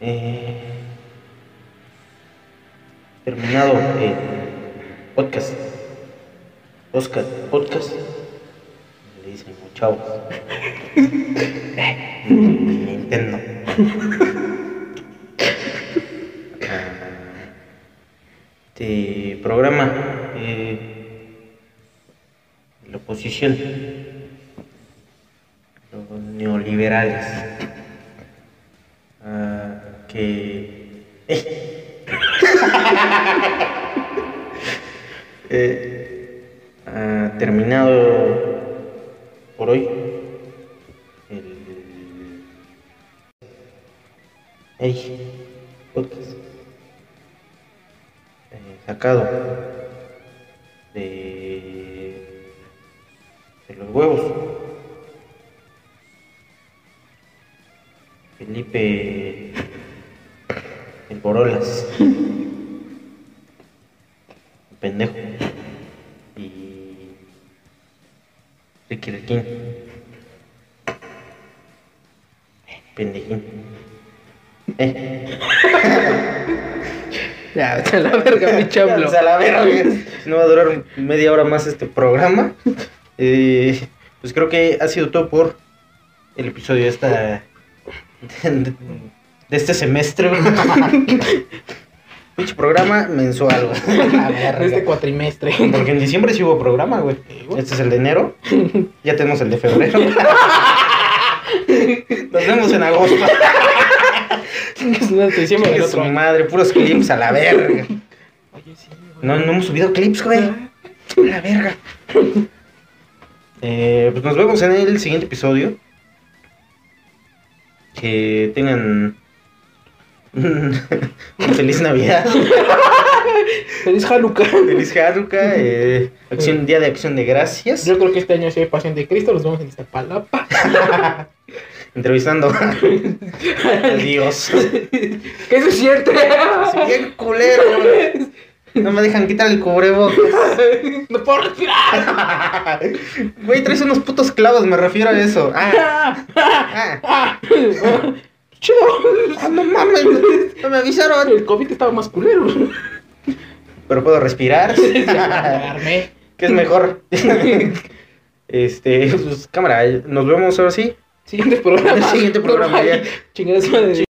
Speaker 2: Eh, terminado eh. el podcast. Oscar, podcast. Le dicen chavos. Eh, Nintendo. Ah, Este programa eh, de la oposición. Los neoliberales. Ah, que. Eh, ah, terminado por hoy el Ey, podcast Eh, sacado de, de los huevos Felipe el Borolas pendejo. Y. Ricky Riquín. Pendejín. Eh.
Speaker 1: Ya, vete a la verga,
Speaker 2: (laughs)
Speaker 1: mi chamblo.
Speaker 2: O
Speaker 3: (laughs)
Speaker 2: sea, la verga, güey. Si no va a durar media hora más este programa. Eh, pues creo que ha sido todo por el episodio de esta. de, de este semestre. (laughs) Pinche programa mensual, güey.
Speaker 3: (laughs)
Speaker 2: La verga.
Speaker 3: Este cuatrimestre.
Speaker 2: Porque en diciembre sí hubo programa, güey. Este es el de enero. Ya tenemos el de febrero. Nos vemos en agosto.
Speaker 3: (laughs) Es una decisión del
Speaker 2: Chingue su
Speaker 3: otro año.
Speaker 2: madre, puros clips a la verga. No, no hemos subido clips, güey. A la verga. Eh, pues nos vemos en el siguiente episodio. Que tengan (laughs) un feliz Navidad.
Speaker 3: Feliz Hanukkah.
Speaker 2: Feliz Hanukkah. eh, acción, día de acción de gracias.
Speaker 3: Yo creo que este año sí hay pasión de Cristo. Los vemos en esta palapa.
Speaker 2: entrevistando (laughs) a Dios.
Speaker 3: Que eso es cierto.
Speaker 2: Sí, bien culero, güey. No me dejan quitar el cubrebocas. (laughs)
Speaker 3: No puedo (laughs) respirar.
Speaker 2: Güey, traes unos putos clavos, me refiero a eso. Ah, ah,
Speaker 3: Ah, Chido.
Speaker 2: ah, no mames, no me avisaron.
Speaker 3: El COVID estaba más
Speaker 2: (laughs)
Speaker 3: culero.
Speaker 2: Pero puedo respirar.
Speaker 3: Agarrarme.
Speaker 2: (laughs) ¿Qué es mejor? (laughs) Este, pues cámara, nos vemos ahora sí.
Speaker 3: Siguiente programa.
Speaker 2: Siguiente programa, ya.
Speaker 3: Chingadas madre.